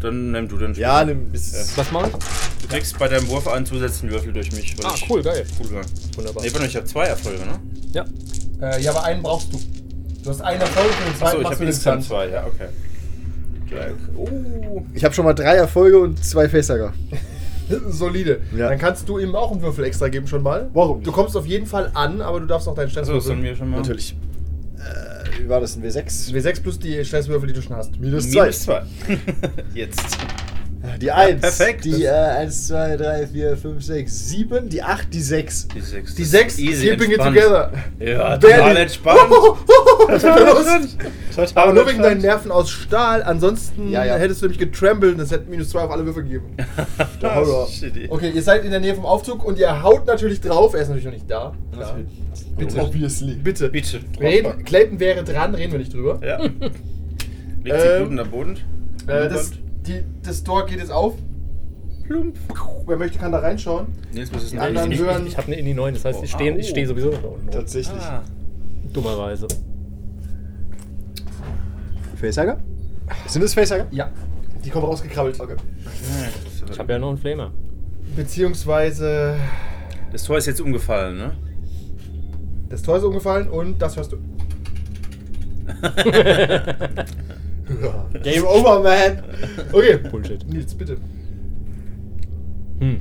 Speaker 4: Dann nimm du den Spiel.
Speaker 7: Ja, nimm bis.
Speaker 1: Was machen?
Speaker 4: Du kriegst bei deinem Wurf einen zusätzlichen Würfel durch mich. weil
Speaker 1: Ah,
Speaker 4: ich-
Speaker 1: cool, geil.
Speaker 4: Cool war.
Speaker 1: Wunderbar.
Speaker 4: Nee, warte mal, ich habe zwei Erfolge, ne?
Speaker 1: Ja.
Speaker 3: Äh, ja, aber einen brauchst du. Du hast einen Erfolg und den zweiten
Speaker 4: Achso, ich habe
Speaker 3: machst du den
Speaker 4: insgesamt
Speaker 3: Stunt.
Speaker 4: zwei, ja, okay. Gleich. Oh.
Speaker 7: Ich habe schon mal drei Erfolge und zwei Facehacker.
Speaker 3: [LAUGHS] Solide.
Speaker 7: Ja.
Speaker 3: Dann kannst du ihm auch einen Würfel extra geben schon mal.
Speaker 7: Warum?
Speaker 3: Du kommst auf jeden Fall an, aber du darfst auch deinen
Speaker 1: Also,
Speaker 3: Stress
Speaker 4: Achso, das haben wir schon mal.
Speaker 7: Natürlich. Äh, wie war das? Ein W6?
Speaker 3: W6 plus die Stresswürfel, die du schon hast.
Speaker 7: Minus 2.
Speaker 4: Minus zwei. [LAUGHS] Jetzt.
Speaker 7: Die 1.
Speaker 4: perfekt.
Speaker 7: Die äh, 1, 2, 3, 4, 5, 6, 7. Die 8, die 6.
Speaker 4: Die sechs.
Speaker 3: Die 6,
Speaker 4: Easy,
Speaker 3: keeping
Speaker 4: entspannt.
Speaker 3: it together.
Speaker 4: Ja, total
Speaker 3: Barely.
Speaker 4: entspannt. [LAUGHS]
Speaker 3: Aber nur wegen deinen Nerven aus Stahl, ansonsten
Speaker 7: Ja, ja.
Speaker 3: hättest du mich getrampelt und es hätte minus 2 auf alle Würfel gegeben.
Speaker 4: Der
Speaker 7: Horror.
Speaker 3: Okay, ihr seid in der Nähe vom Aufzug und ihr haut natürlich drauf. Er ist natürlich noch nicht da. Klar.
Speaker 7: Bitte. Obviously.
Speaker 3: Bitte.
Speaker 4: Bitte.
Speaker 3: Wir Reden, Clayton wäre dran, reden wir nicht drüber.
Speaker 4: Ja. Liegt sie
Speaker 3: Hm. Ähm,
Speaker 4: gut in der Boden?
Speaker 3: Äh, das, die, das Tor geht jetzt auf. Plump. Wer möchte, kann da reinschauen.
Speaker 4: Nils, was ist
Speaker 3: Die
Speaker 4: denn
Speaker 3: anderen
Speaker 1: Ich,
Speaker 3: hören.
Speaker 1: ich habe eine Indie 9, das heißt, ich stehe ich steh sowieso noch da unten. rum.
Speaker 7: Tatsächlich.
Speaker 4: Ah.
Speaker 1: Dummerweise.
Speaker 7: Facehacker? Sind das Facehacker?
Speaker 3: Ja. Die kommen rausgekrabbelt. Okay.
Speaker 1: Ich habe ja noch einen Flamer.
Speaker 3: Beziehungsweise.
Speaker 4: Das Tor ist jetzt umgefallen, ne?
Speaker 3: Das Tor ist umgefallen und das hörst du.
Speaker 7: Game over, man.
Speaker 3: Okay.
Speaker 1: [LAUGHS] Bullshit.
Speaker 3: Nils, bitte.
Speaker 1: Hm.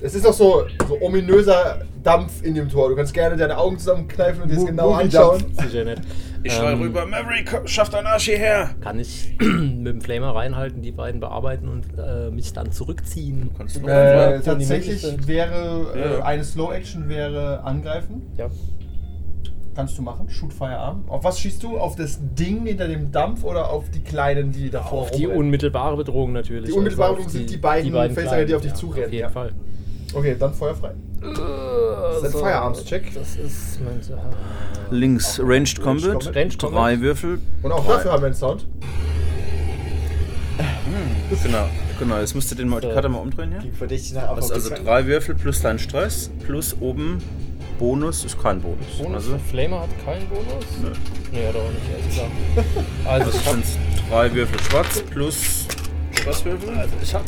Speaker 3: Es ist auch so, so ominöser Dampf in dem Tor. Du kannst gerne deine Augen zusammenkneifen und dir es
Speaker 7: Mo-
Speaker 3: genau
Speaker 7: Movie-Dampf.
Speaker 3: anschauen.
Speaker 1: Sicher nicht.
Speaker 2: Ich schrei
Speaker 1: Ähm,
Speaker 2: rüber, Maverick, ko- schaff deinen Arsch hierher!
Speaker 1: Kann ich [CLEARS THROAT] mit dem Flamer reinhalten, die beiden bearbeiten und äh, mich dann zurückziehen?
Speaker 4: Kannst du noch
Speaker 3: Äh,
Speaker 4: mal-
Speaker 3: tatsächlich wäre äh,
Speaker 4: Ja.
Speaker 3: eine Slow Action wäre angreifen.
Speaker 1: Ja.
Speaker 3: Kannst du machen. Shoot Firearm. Auf was schießt du? Auf das Ding hinter dem Dampf oder auf die kleinen, die davor
Speaker 1: Auf die
Speaker 3: rumrennen?
Speaker 1: unmittelbare Bedrohung natürlich. Also
Speaker 3: Die unmittelbare
Speaker 1: auf
Speaker 3: Bedrohung sind die beiden Facehacker,
Speaker 1: Kleinen,
Speaker 3: die auf dich
Speaker 1: ja,
Speaker 3: zurennen,
Speaker 1: Auf jeden
Speaker 3: ja.
Speaker 1: Fall.
Speaker 3: Okay, dann Feuer frei.
Speaker 1: Das
Speaker 3: ist ein Firearms-Check.
Speaker 1: Also, Das ist. Mein,
Speaker 4: Links Ranged Combat.
Speaker 3: Combat.
Speaker 1: Range
Speaker 4: Drei
Speaker 1: Combat.
Speaker 4: Würfel.
Speaker 3: Und auch dafür haben wir einen Sound.
Speaker 4: Genau, genau. Jetzt musst du den mal, die Karte mal umdrehen hier. Also
Speaker 7: Verdächtig nach
Speaker 4: Das ist also drei Würfel plus dein Stress plus oben Bonus ist kein Bonus.
Speaker 1: Bonus
Speaker 4: Also,
Speaker 1: Flamer hat keinen Bonus? Nö. Nee, hat er auch nicht, alles klar. Also
Speaker 4: das
Speaker 1: ich hab,
Speaker 4: sind drei Würfel schwarz plus. Was Würfel?
Speaker 1: also ich hab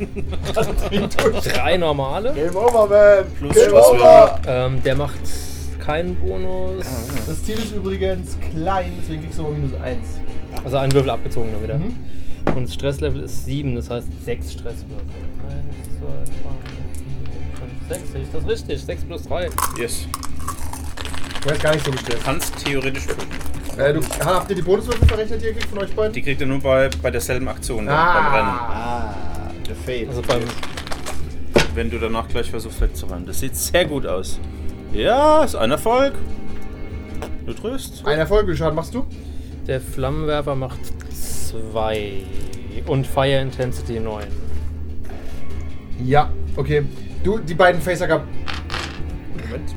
Speaker 1: [LAUGHS] drei normale.
Speaker 3: Game over, man.
Speaker 4: Plus
Speaker 3: Game
Speaker 4: was
Speaker 3: over.
Speaker 1: Ähm, der macht keinen Bonus.
Speaker 3: Das Ziel ist übrigens klein, deswegen kriegst du aber minus 1.
Speaker 1: Also einen Würfel abgezogen dann wieder. Und das Stresslevel ist 7, das heißt 6 Stresswürfel. 1, 2, 3, 4, 5, 6. Sehe ich das richtig? 6 plus 3.
Speaker 4: Yes.
Speaker 3: Du hast gar nicht so gestresst.
Speaker 4: Kannst theoretisch würfeln.
Speaker 3: Äh, du, habt ihr die Bonuswürfel verrechnet, die ihr kriegt von euch beiden?
Speaker 4: Die kriegt er nur bei, bei derselben Aktion dann,
Speaker 3: ah, the fate.
Speaker 1: Also beim
Speaker 4: beim Rennen, wenn du danach gleich versuchst wegzurennen. Das sieht sehr gut aus. Ja, ist ein Erfolg. Du tröst.
Speaker 3: Ein Erfolg, wie viel Schaden machst du?
Speaker 1: der Flammenwerfer macht 2 und Fire Intensity 9.
Speaker 3: Ja, okay. Du, die beiden Facehacker. Moment.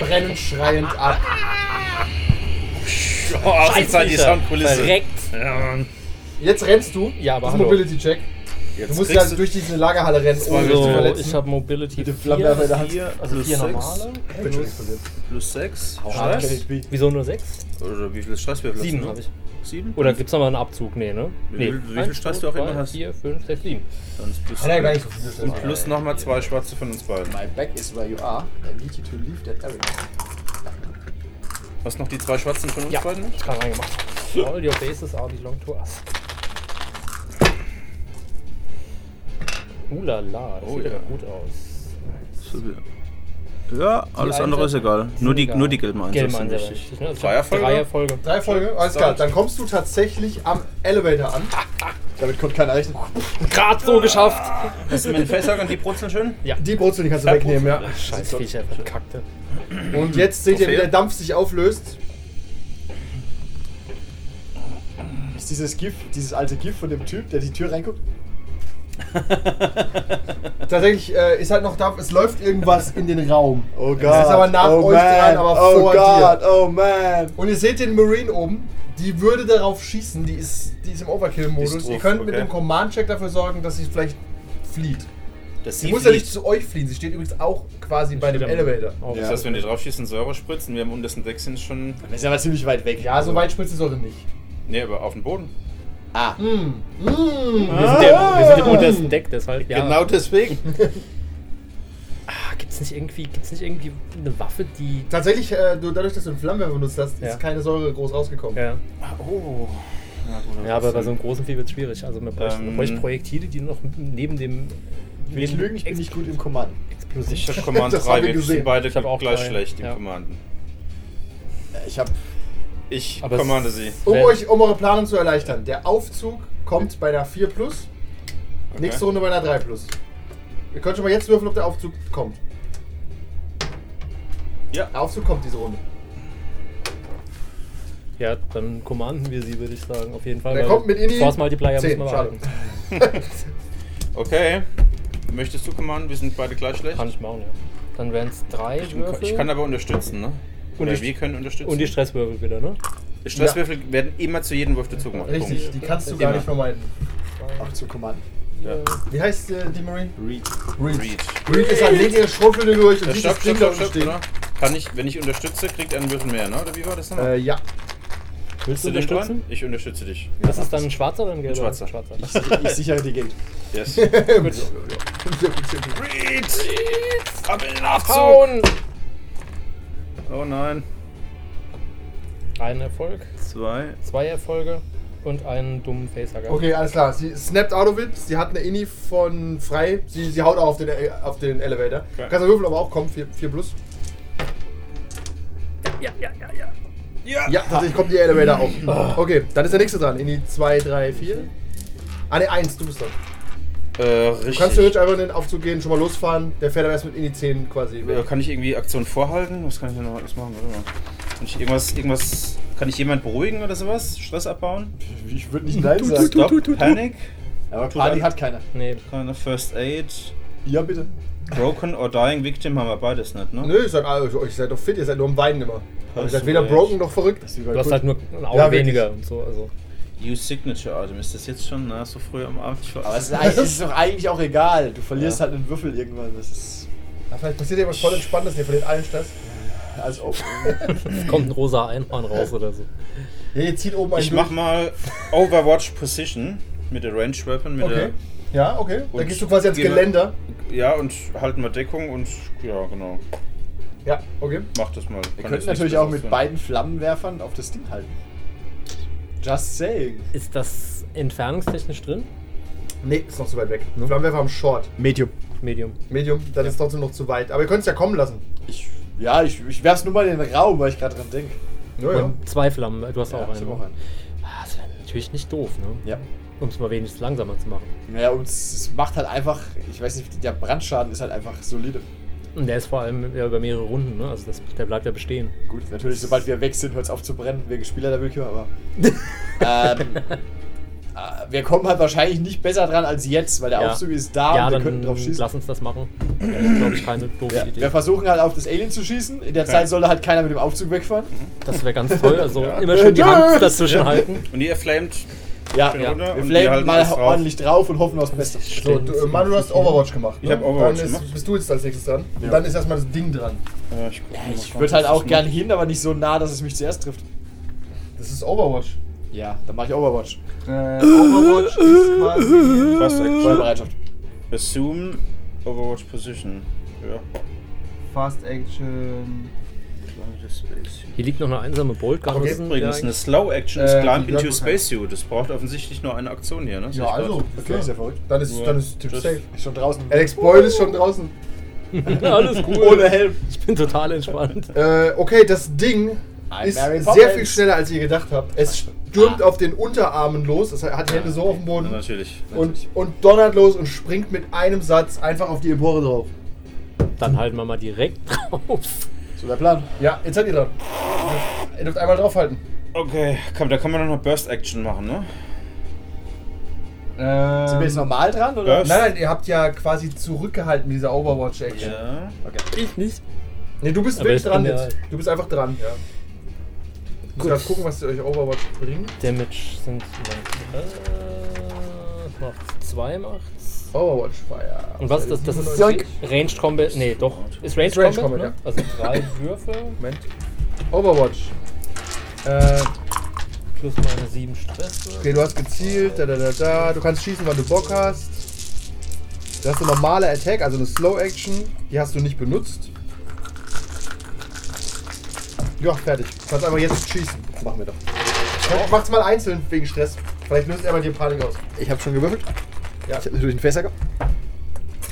Speaker 3: Brennen schreiend ab.
Speaker 4: Oh, außenzeit die Soundkulisse.
Speaker 1: Direkt.
Speaker 3: Jetzt rennst du.
Speaker 1: Ja, aber
Speaker 3: Das ist
Speaker 1: hallo.
Speaker 3: Mobility Check. Du
Speaker 4: Jetzt
Speaker 3: musst
Speaker 4: kriegst
Speaker 3: ja durch diese Lagerhalle rennen, ohne dich zu
Speaker 1: Also,
Speaker 3: verletzen.
Speaker 1: ich habe Mobility
Speaker 7: Mit dem
Speaker 1: 4,
Speaker 7: Flammenwerfer in der Hand.
Speaker 1: also
Speaker 4: plus
Speaker 1: 4
Speaker 4: sechs,
Speaker 1: normale.
Speaker 3: bin schon explodiert.
Speaker 4: Plus 6.
Speaker 7: Ah,
Speaker 4: Stress.
Speaker 7: can it be?
Speaker 1: Wieso nur 6?
Speaker 4: Oder wie viel Stress wir ne?
Speaker 1: 7 habe ich.
Speaker 4: Sieben?
Speaker 1: Oder gibt's noch mal einen Abzug? Nee, ne?
Speaker 4: Wie
Speaker 1: Nee.
Speaker 4: viel- wie viel Stress du auch immer hast.
Speaker 1: 4, 5, 6, 7.
Speaker 4: Dann ist plus
Speaker 3: Hat er gar nicht
Speaker 4: gleich.
Speaker 3: so viel Schaden.
Speaker 4: Und plus nochmal zwei schwarze von uns beiden.
Speaker 7: My back is where you are. I need you to leave that area.
Speaker 4: Hast noch die zwei schwarzen von uns
Speaker 1: Ja,
Speaker 4: beiden?
Speaker 1: ich kann reingemacht. All your bases are belong to us. Ulala, das
Speaker 4: Oh
Speaker 1: sieht
Speaker 4: ja.
Speaker 1: ja gut aus.
Speaker 4: Ja, alles
Speaker 1: Die
Speaker 4: andere ist
Speaker 1: Einser-
Speaker 4: egal. Nur die,
Speaker 1: egal.
Speaker 4: nur die gelben Einsätze
Speaker 1: Gelbe
Speaker 4: sind
Speaker 1: Einsätze.
Speaker 4: wichtig.
Speaker 1: ne? Also ich
Speaker 4: Drei
Speaker 1: hab
Speaker 4: Erfolge?
Speaker 1: Drei Erfolge.
Speaker 3: Drei Folge, alles klar. Dann kommst du tatsächlich am Elevator an.
Speaker 7: Damit konnte keiner [LAUGHS] rechnen.
Speaker 1: Grad so geschafft!
Speaker 4: Hast du mir den Fässer und die Brutzeln schön?
Speaker 3: Die Brutzeln, die kannst du wegnehmen, ja.
Speaker 1: Scheiß Viecher, verkackte.
Speaker 3: Und jetzt seht ihr, wie
Speaker 4: Trophäe?
Speaker 3: der Dampf sich auflöst.
Speaker 7: Ist dieses GIF, dieses alte GIF von dem Typ, der die Tür reinguckt?
Speaker 3: Tatsächlich äh, ist halt noch Dampf, es läuft irgendwas in den Raum.
Speaker 7: Oh Gott.
Speaker 3: ist aber nach
Speaker 7: oh
Speaker 3: euch dran, aber
Speaker 7: oh
Speaker 3: vor
Speaker 7: Gott,
Speaker 3: dir.
Speaker 7: oh man.
Speaker 3: Und ihr seht den Marine oben, die würde darauf schießen, die ist, die ist im
Speaker 4: Die
Speaker 3: Overkill-Modus.
Speaker 4: ist
Speaker 3: Ihr
Speaker 4: drauf,
Speaker 3: könnt mit
Speaker 4: okay.
Speaker 3: dem Command-Check dafür sorgen, dass sie vielleicht flieht.
Speaker 4: Das
Speaker 3: Sie muss ja nicht zu euch fliehen, sie steht übrigens auch quasi bei dem Elevator.
Speaker 1: Auf.
Speaker 4: Das heißt, wenn die drauf schießen, Säure spritzen. Wir haben untersten Deck sind schon.
Speaker 7: Das ist aber ziemlich weit weg.
Speaker 3: Ja, so weit spritzt die Säure nicht.
Speaker 4: Nee, aber auf den Boden.
Speaker 7: Ah.
Speaker 3: Hm. Hm.
Speaker 1: Wir sind, der, wir sind im untersten Deck, deshalb. Ja.
Speaker 3: Genau.
Speaker 4: deswegen.
Speaker 1: Ah, gibt's nicht irgendwie, gibt's nicht irgendwie eine Waffe, die.
Speaker 3: Tatsächlich, äh, du, dadurch, dass du einen Flammenwerfer benutzt hast,
Speaker 1: Ja.
Speaker 3: ist keine Säure groß rausgekommen.
Speaker 1: Ja.
Speaker 4: Oh. Na gut, dann
Speaker 1: Ja, aber bei so
Speaker 4: trotzdem.
Speaker 1: einem großen Vieh wird es schwierig. Also man bräuchte, man
Speaker 4: Ähm.
Speaker 1: bräuchte Projektile, die noch neben dem
Speaker 7: Will ich lügen, ich bin nicht gut im Command.
Speaker 4: Ich
Speaker 1: explosiv.
Speaker 4: hab Command
Speaker 3: [LAUGHS] Das
Speaker 4: 3,
Speaker 3: haben wir
Speaker 4: wir
Speaker 3: gesehen.
Speaker 4: sind beide
Speaker 1: Ich hab auch
Speaker 4: gleich
Speaker 1: drei,
Speaker 4: schlecht im
Speaker 1: ja.
Speaker 4: Kommanden.
Speaker 7: Äh, Ich hab.
Speaker 4: Ich
Speaker 1: Aber es-
Speaker 4: kommande sie.
Speaker 3: Um,
Speaker 1: Wer-
Speaker 3: euch, um eure Planung zu erleichtern, der Aufzug kommt bei einer 4 plus, nächste Runde bei einer 3 plus. Ihr könnt schon mal jetzt würfeln, ob der Aufzug kommt.
Speaker 4: Ja.
Speaker 3: Der Aufzug kommt diese Runde.
Speaker 1: Ja, dann kommanden wir sie, würde ich sagen, auf jeden Fall.
Speaker 3: Der
Speaker 1: weil
Speaker 3: kommt mit in die
Speaker 1: Äh, Force Multiplier müssen
Speaker 3: 10,
Speaker 1: wir
Speaker 3: schade.
Speaker 1: behalten.
Speaker 4: Okay. Möchtest du kommanden? Wir sind beide gleich schlecht.
Speaker 1: Kann ich machen, ja. Dann wären es drei
Speaker 4: Ich-
Speaker 1: Würfel
Speaker 4: Ich kann aber unterstützen, ne?
Speaker 1: Und
Speaker 4: Oder
Speaker 1: ich-
Speaker 4: wir können unterstützen.
Speaker 1: und die Stresswürfel wieder, ne?
Speaker 4: Stresswürfel werden immer zu jedem Wurf dazu gemacht.
Speaker 3: Richtig, die kannst du gar
Speaker 4: Immer.
Speaker 3: nicht vermeiden.
Speaker 7: Auch zu Command.
Speaker 4: Ja.
Speaker 3: Wie heißt äh, die Marine?
Speaker 4: Read.
Speaker 3: Reed.
Speaker 4: Read.
Speaker 3: Reed ist ein linker Schrotflinte durch und
Speaker 4: Ja,
Speaker 3: sieht das
Speaker 4: stopp,
Speaker 3: Ding
Speaker 4: stopp,
Speaker 3: da
Speaker 4: stopp,
Speaker 3: unten
Speaker 4: stopp,
Speaker 3: stehen.
Speaker 4: oder? Kann ich, wenn ich unterstütze, kriegt einen Würfel mehr, ne? Oder wie war das nochmal?
Speaker 3: Äh, ja.
Speaker 1: Willst du
Speaker 4: den
Speaker 1: unterstützen?
Speaker 4: dran? Ich unterstütze dich.
Speaker 1: Das ist dann ein schwarzer oder ein gelber?
Speaker 4: schwarzer.
Speaker 1: schwarzer.
Speaker 7: Ich, Also ich [LAUGHS] sichere die Gegend.
Speaker 4: [LAUGHS] Yes.
Speaker 3: Reed
Speaker 4: Read! Ab in den Aufzug!
Speaker 1: Hauen!
Speaker 4: Oh nein.
Speaker 1: Ein Erfolg,
Speaker 4: Zwei.
Speaker 1: zwei Erfolge und einen dummen Facehacker.
Speaker 3: Okay, alles klar. Sie snapped out of it. Sie hat eine Inni von frei. Sie, sie haut auch auf den, äh, auf den Elevator.
Speaker 4: Okay.
Speaker 3: Kannst du würfeln, aber auch kommen. 4, plus.
Speaker 4: Ja!
Speaker 3: Ja, tatsächlich kommt die Elevator auch. Okay, dann ist der nächste dran. Inni 2, 3, 4. Ah ne, 1, du bist dran.
Speaker 4: Äh, richtig.
Speaker 3: Du kannst theoretisch einfach in den Aufzug gehen, schon mal losfahren. Der fährt aber erst mit Inni 10 quasi.
Speaker 4: Äh,
Speaker 3: weg.
Speaker 4: Kann ich irgendwie Aktion vorhalten? Was kann ich denn noch alles machen? Warte mal. Kann ich irgendwas, irgendwas. Kann ich jemand beruhigen oder sowas? Stress abbauen?
Speaker 7: Ich würde nicht Nein sagen.
Speaker 4: Stop, Panic?
Speaker 7: Aber Party hat keiner.
Speaker 1: Nee,
Speaker 4: Keine First Aid.
Speaker 7: Ja, bitte.
Speaker 4: Broken or Dying Victim haben wir beides nicht, ne?
Speaker 3: Nö, ich sag, ah, ich- ich seid doch fit, ihr seid nur am Weinen immer. Aber ihr seid weder
Speaker 4: Hast du recht.
Speaker 3: broken noch verrückt.
Speaker 7: Das ist
Speaker 1: du hast halt nur ein Auge
Speaker 3: Ja, wirklich.
Speaker 1: weniger und so. Also.
Speaker 4: New Signature Item. Ist das jetzt schon na, so früh am Abend? Ich
Speaker 7: Aber es
Speaker 4: weiß
Speaker 7: ist, eigentlich- es ist doch eigentlich auch egal. Du verlierst halt einen Würfel irgendwann. Das ist
Speaker 3: Ja, vielleicht passiert irgendwas voll Entspannendes, ihr verliert allen Stress.
Speaker 7: als [LAUGHS] ob.
Speaker 1: Es kommt ein rosa Einhorn raus oder so.
Speaker 3: Ja, ihr zieht oben einen
Speaker 4: Ich mach
Speaker 3: durch.
Speaker 4: mal Overwatch Position mit der Range Weapon. Mit
Speaker 3: Okay. Ja, okay.
Speaker 4: Und
Speaker 3: Dann gehst du quasi ans
Speaker 4: gehen wir-
Speaker 3: Geländer.
Speaker 4: der, ja, und halten wir Deckung und ja, genau.
Speaker 3: Ja, okay.
Speaker 4: Mach das mal. Kann
Speaker 7: Wir könnten
Speaker 4: jetzt nichts
Speaker 7: natürlich auch
Speaker 4: Besseres
Speaker 7: mit
Speaker 4: tun.
Speaker 7: beiden Flammenwerfern auf das Ding halten. Just saying.
Speaker 1: Ist das entfernungstechnisch drin?
Speaker 3: Nee, ist noch zu weit weg. Flammenwerfer haben Short.
Speaker 7: Medium.
Speaker 1: Medium.
Speaker 3: Medium, dann ist trotzdem noch zu weit. Aber ihr könnt es ja kommen lassen.
Speaker 7: Ich, ja, ich, ich werf's nur mal in den Raum, weil ich gerade dran denke.
Speaker 3: Ja,
Speaker 1: Und zwei Flammen. äh, Du hast auch
Speaker 7: ich
Speaker 1: einen.
Speaker 7: hab auch einen.
Speaker 1: Ah, Das wäre natürlich nicht doof, ne?
Speaker 7: Ja.
Speaker 1: Um es mal wenigstens langsamer zu machen.
Speaker 7: Naja, und es es macht halt einfach, ich weiß nicht, der Brandschaden ist halt einfach solide.
Speaker 1: Und der ist vor allem ja, über mehrere Runden, ne? Also das, der bleibt ja bestehen.
Speaker 7: Gut, natürlich, sobald wir weg sind, hört es auf zu brennen, wegen
Speaker 1: [LAUGHS]
Speaker 7: Spielerwillkür, aber. ähm, äh, wir kommen halt wahrscheinlich nicht besser dran als jetzt, weil der
Speaker 1: Ja.
Speaker 7: Aufzug ist da
Speaker 1: ja,
Speaker 7: und Ah, wir
Speaker 1: dann
Speaker 7: könnten drauf schießen.
Speaker 1: lass uns das machen. Das glaube ich keine doofe
Speaker 7: Ja, wir
Speaker 1: Idee.
Speaker 7: versuchen halt auf das Alien zu schießen. In der Zeit sollte halt keiner mit dem Aufzug wegfahren.
Speaker 1: Das wäre ganz toll.
Speaker 7: [LAUGHS]
Speaker 1: Also immer schön die Hand dazwischen halten.
Speaker 4: Und ihr flamed.
Speaker 7: Ja,
Speaker 4: Schön
Speaker 1: Ja.
Speaker 4: runter
Speaker 7: wir
Speaker 4: und
Speaker 7: flamen
Speaker 4: wir halten
Speaker 7: mal
Speaker 4: das drauf.
Speaker 7: ordentlich drauf und hoffen aufs Beste.
Speaker 3: So, du, äh, Manu, du hast Overwatch gemacht. ne?
Speaker 4: Ich hab Overwatch
Speaker 3: dann ist,
Speaker 4: gemacht.
Speaker 3: Bist du jetzt als nächstes dran?
Speaker 7: Ja.
Speaker 3: Und dann ist erstmal das Ding dran.
Speaker 4: Ja, ich, guck mal,
Speaker 7: Ich
Speaker 4: was
Speaker 7: würde halt
Speaker 4: das
Speaker 7: auch
Speaker 4: ist.
Speaker 7: gern hin, aber nicht so nah, dass es mich zuerst trifft.
Speaker 3: Das ist Overwatch.
Speaker 7: Ja, dann mache ich Overwatch.
Speaker 3: Äh, Overwatch ist [LAUGHS] quasi.
Speaker 4: Fast
Speaker 7: Äh.
Speaker 4: Action.
Speaker 7: Bereitschaft.
Speaker 4: Assume Overwatch Position. Ja.
Speaker 3: Fast Action.
Speaker 1: Hier liegt noch eine einsame Bolt. gar
Speaker 3: Okay,
Speaker 1: nicht.
Speaker 4: Übrigens,
Speaker 1: Ja,
Speaker 4: eine Slow Action ist
Speaker 3: Äh,
Speaker 4: Climb into
Speaker 3: ja,
Speaker 4: Spacesuit. Das braucht offensichtlich nur eine Aktion hier, ne? Sehe
Speaker 3: Ja,
Speaker 4: ich
Speaker 3: also.
Speaker 4: gerade.
Speaker 7: Okay, ist ja verrückt.
Speaker 3: Dann ist,
Speaker 4: Ja.
Speaker 3: dann ist Tipp
Speaker 4: Das-
Speaker 3: safe.
Speaker 7: Ist schon draußen.
Speaker 3: Alex Boyle ist schon draußen.
Speaker 1: [LAUGHS] Alles cool.
Speaker 7: Ohne Helm.
Speaker 1: Ich bin total entspannt.
Speaker 3: Äh, okay, das Ding
Speaker 7: Ein
Speaker 3: ist
Speaker 7: Mary
Speaker 3: sehr viel
Speaker 7: Poppins.
Speaker 3: schneller, als ihr gedacht habt. Es stürmt auf den Unterarmen los. Es hat die Hände so auf dem
Speaker 4: Ja,
Speaker 3: Boden.
Speaker 4: natürlich.
Speaker 3: Und, und donnert los und springt mit einem Satz einfach auf die Empore drauf.
Speaker 1: Dann halten wir mal direkt [LAUGHS] drauf.
Speaker 7: So der Plan.
Speaker 3: Ja, jetzt seid ihr dran. Ihr dürft einmal draufhalten.
Speaker 4: Okay, komm, da kann man noch eine Burst Action machen, ne?
Speaker 3: Ähm,
Speaker 7: Sind wir jetzt normal dran, oder?
Speaker 4: Burst?
Speaker 3: Nein, nein, ihr habt ja quasi zurückgehalten mit dieser Overwatch-Action.
Speaker 4: Ja.
Speaker 1: Ich nicht.
Speaker 3: Nee, du bist
Speaker 1: Aber
Speaker 3: wirklich
Speaker 1: ich
Speaker 3: dran
Speaker 1: bin ja-
Speaker 3: jetzt. Du bist einfach dran. Ja. Gut.
Speaker 1: Gut.
Speaker 3: Gerade gucken, was euch Overwatch bringt.
Speaker 1: Damage sind. Äh, was macht's? Zwei macht's.
Speaker 3: Overwatch Fire.
Speaker 1: Und was ist das? Das ist
Speaker 3: 97.
Speaker 1: Ranged Combat. Nee, doch. Ist Ranged
Speaker 3: Ist Ranged
Speaker 1: Combat. ne?
Speaker 3: Combat,
Speaker 1: Also
Speaker 3: [LAUGHS]
Speaker 1: drei Würfe
Speaker 3: Moment. Overwatch. Äh,
Speaker 1: plus meine sieben Stress.
Speaker 3: okay, du hast gezielt. Da, da, da, da. Du kannst schießen, wann du Bock hast. Du hast eine normale Attack, also eine Slow Action. Die hast du nicht benutzt. Ja, fertig. Du kannst einfach jetzt schießen. Machen wir doch. Mach- Macht's mal einzeln wegen Stress. Vielleicht löst er mal die Panik aus.
Speaker 7: Ich habe schon gewürfelt.
Speaker 3: Ja.
Speaker 7: Ich habe natürlich einen Fässer gehabt.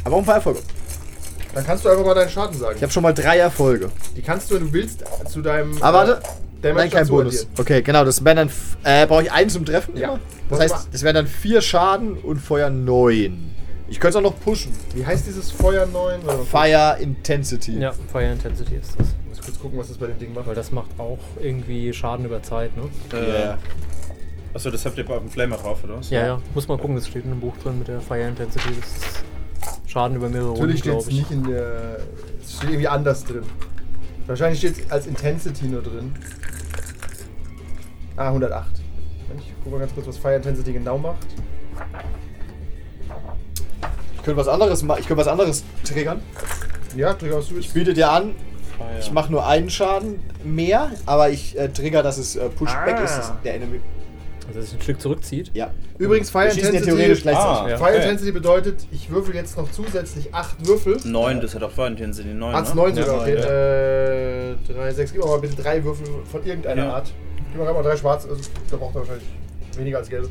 Speaker 7: Aber auch ein paar Erfolge.
Speaker 3: Dann kannst du einfach mal deinen Schaden sagen.
Speaker 7: Ich habe schon mal drei Erfolge.
Speaker 3: Die kannst du, wenn du willst, zu deinem.
Speaker 7: Ah, warte.
Speaker 3: Damage
Speaker 7: Nein, kein
Speaker 3: dazu
Speaker 7: Bonus.
Speaker 3: addieren.
Speaker 7: Okay, genau. Das wären dann. f- Äh, Brauche ich einen zum Treffen?
Speaker 3: Ja.
Speaker 7: immer? Das heißt, das wären dann vier Schaden und Feuer neun. Ich könnte es auch noch pushen.
Speaker 3: Wie heißt dieses Feuer 9? Warte mal,
Speaker 7: Fire Intensity.
Speaker 1: Ja, Fire Intensity ist das.
Speaker 3: Ich muss kurz gucken, was das bei dem Ding macht.
Speaker 1: Weil das macht auch irgendwie Schaden über Zeit, ne?
Speaker 4: Äh,
Speaker 7: Yeah.
Speaker 4: Achso, das habt ihr auf dem Flamer drauf, oder was?
Speaker 1: Ja, ja. Muss mal gucken, das steht in einem Buch drin mit der Fire Intensity. Das ist Schaden über mehrere
Speaker 3: Natürlich
Speaker 1: Runden,
Speaker 3: steht es
Speaker 1: glaube ich.
Speaker 3: nicht in der. Es steht irgendwie anders drin. Wahrscheinlich steht es als Intensity nur drin. Ah, 108. Moment, Ich guck mal ganz kurz, was Fire Intensity genau macht.
Speaker 7: Ich könnte was anderes machen. Ich könnte was anderes triggern.
Speaker 3: Ja, Trigger aus Switch.
Speaker 7: Bietet dir an.
Speaker 4: Ah, ja.
Speaker 7: Ich mache nur einen Schaden mehr, aber ich äh, trigger, dass es äh, Pushback ist, das der Enemy.
Speaker 1: Also, dass es ein Stück zurückzieht.
Speaker 7: Ja.
Speaker 3: Übrigens, Fire
Speaker 7: Wir schießen ja
Speaker 3: Intensity.
Speaker 7: theoretisch
Speaker 4: Ah,
Speaker 7: gleichzeitig.
Speaker 4: ja.
Speaker 3: Fire
Speaker 4: okay.
Speaker 3: Intensity bedeutet, ich würfel jetzt noch zusätzlich 8 Würfel.
Speaker 4: Neun, das hat auch vorhin den Sinn, die neun.
Speaker 3: Arzt
Speaker 4: ne?
Speaker 3: 9 sogar,
Speaker 4: Ja,
Speaker 3: okay.
Speaker 4: ja.
Speaker 3: Äh, 3, 6. Gib mir mal bitte drei Würfel von irgendeiner
Speaker 4: Ja.
Speaker 3: Art. Gib mir gerade mal drei schwarze. Also, da braucht er wahrscheinlich weniger
Speaker 4: [LAUGHS]
Speaker 3: als gelbe.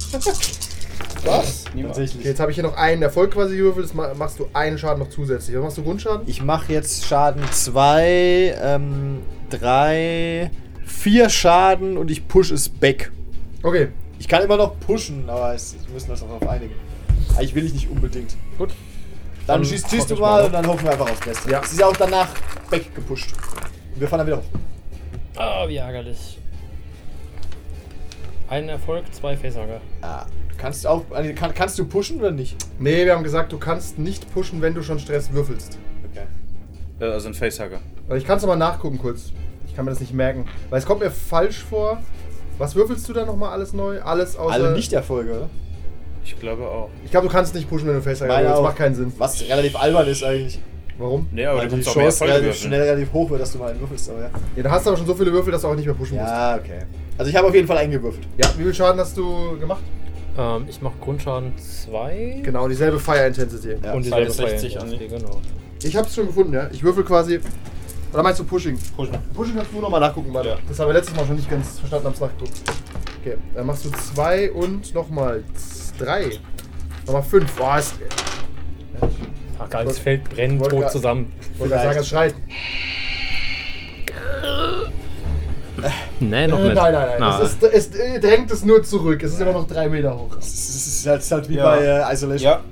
Speaker 7: Was?
Speaker 4: Niemals.
Speaker 3: Okay,
Speaker 7: Tatsächlich.
Speaker 3: jetzt habe ich hier noch einen Erfolg quasi gewürfelt. Jetzt ma- machst du einen Schaden noch zusätzlich. Was machst du Grundschaden?
Speaker 7: Ich mache jetzt Schaden 2, ähm, 3, 4 Schaden und ich push es back.
Speaker 3: Okay.
Speaker 7: Ich kann immer noch pushen, aber es, wir müssen uns darauf einigen. Eigentlich will ich nicht unbedingt.
Speaker 1: Gut.
Speaker 7: Dann,
Speaker 1: Dann
Speaker 7: schießt, schießt
Speaker 1: hoffe
Speaker 7: du
Speaker 1: ich
Speaker 7: mal,
Speaker 1: mal.
Speaker 7: und dann hoffen wir einfach aufs Beste.
Speaker 3: Ja.
Speaker 7: Es ist ja auch danach weggepusht. Und Wir fahren dann wieder hoch.
Speaker 1: Ah, wie ärgerlich. Ein Erfolg, zwei Facehacker.
Speaker 7: Ah, du kannst auch, äh, kann, kannst du pushen oder nicht?
Speaker 3: Nee, wir haben gesagt, du kannst nicht pushen, wenn du schon Stress würfelst.
Speaker 7: Okay.
Speaker 4: Äh, Also ein Facehugger.
Speaker 3: Aber ich kann es nochmal nachgucken kurz. Ich kann mir das nicht merken. Weil es kommt mir falsch vor. Was würfelst du da nochmal alles neu? Alles außer.
Speaker 7: Alle Nicht-Erfolge, oder?
Speaker 4: Ich glaube auch.
Speaker 3: Ich glaube, du kannst nicht pushen, wenn du Face
Speaker 7: Meine
Speaker 3: Das
Speaker 7: auch.
Speaker 3: macht keinen Sinn.
Speaker 7: Was relativ albern ist eigentlich.
Speaker 3: Warum?
Speaker 4: Nee, aber
Speaker 7: weil
Speaker 4: du
Speaker 7: die
Speaker 4: kannst auch mehr
Speaker 7: Chance
Speaker 4: Erfolge
Speaker 7: relativ
Speaker 4: würfeln.
Speaker 7: schnell relativ hoch wird, dass du mal einen würfelst. Aber ja.
Speaker 3: Ja, da hast du aber schon so viele Würfel, dass du auch nicht mehr pushen musst.
Speaker 7: ja, okay. Also ich habe auf jeden Fall eingewürfelt.
Speaker 3: Ja, wie viel Schaden hast du gemacht?
Speaker 1: Ähm, ich mache Grundschaden 2.
Speaker 3: Genau, dieselbe Fire Intensity.
Speaker 7: Ja.
Speaker 1: Und
Speaker 4: beide
Speaker 1: dieselbe
Speaker 4: 60
Speaker 1: Feier-
Speaker 4: an die-
Speaker 1: Genau.
Speaker 3: Ich hab's schon gefunden, ja. Ich würfel quasi. Oder meinst du Pushing?
Speaker 4: Pushen.
Speaker 3: Pushing kannst du nochmal nachgucken, Mann.
Speaker 4: Ja.
Speaker 3: Das haben wir letztes Mal schon nicht ganz verstanden, hab's nachgeguckt. Okay, dann machst du zwei und nochmal z- drei. Nochmal fünf. Boah, ist.
Speaker 1: Ach, geil, das Feld brennt
Speaker 3: Wollte
Speaker 1: tot
Speaker 3: grad-
Speaker 1: zusammen.
Speaker 3: Wollte gerade sagen, es schreit.
Speaker 1: Nee,
Speaker 3: Äh, nein, nein, nein. Es, ist, es äh, drängt es nur zurück. Es ist immer noch drei Meter hoch.
Speaker 7: Das ist halt, das ist halt wie
Speaker 4: Ja.
Speaker 7: bei äh, Isolation.
Speaker 4: Ja, du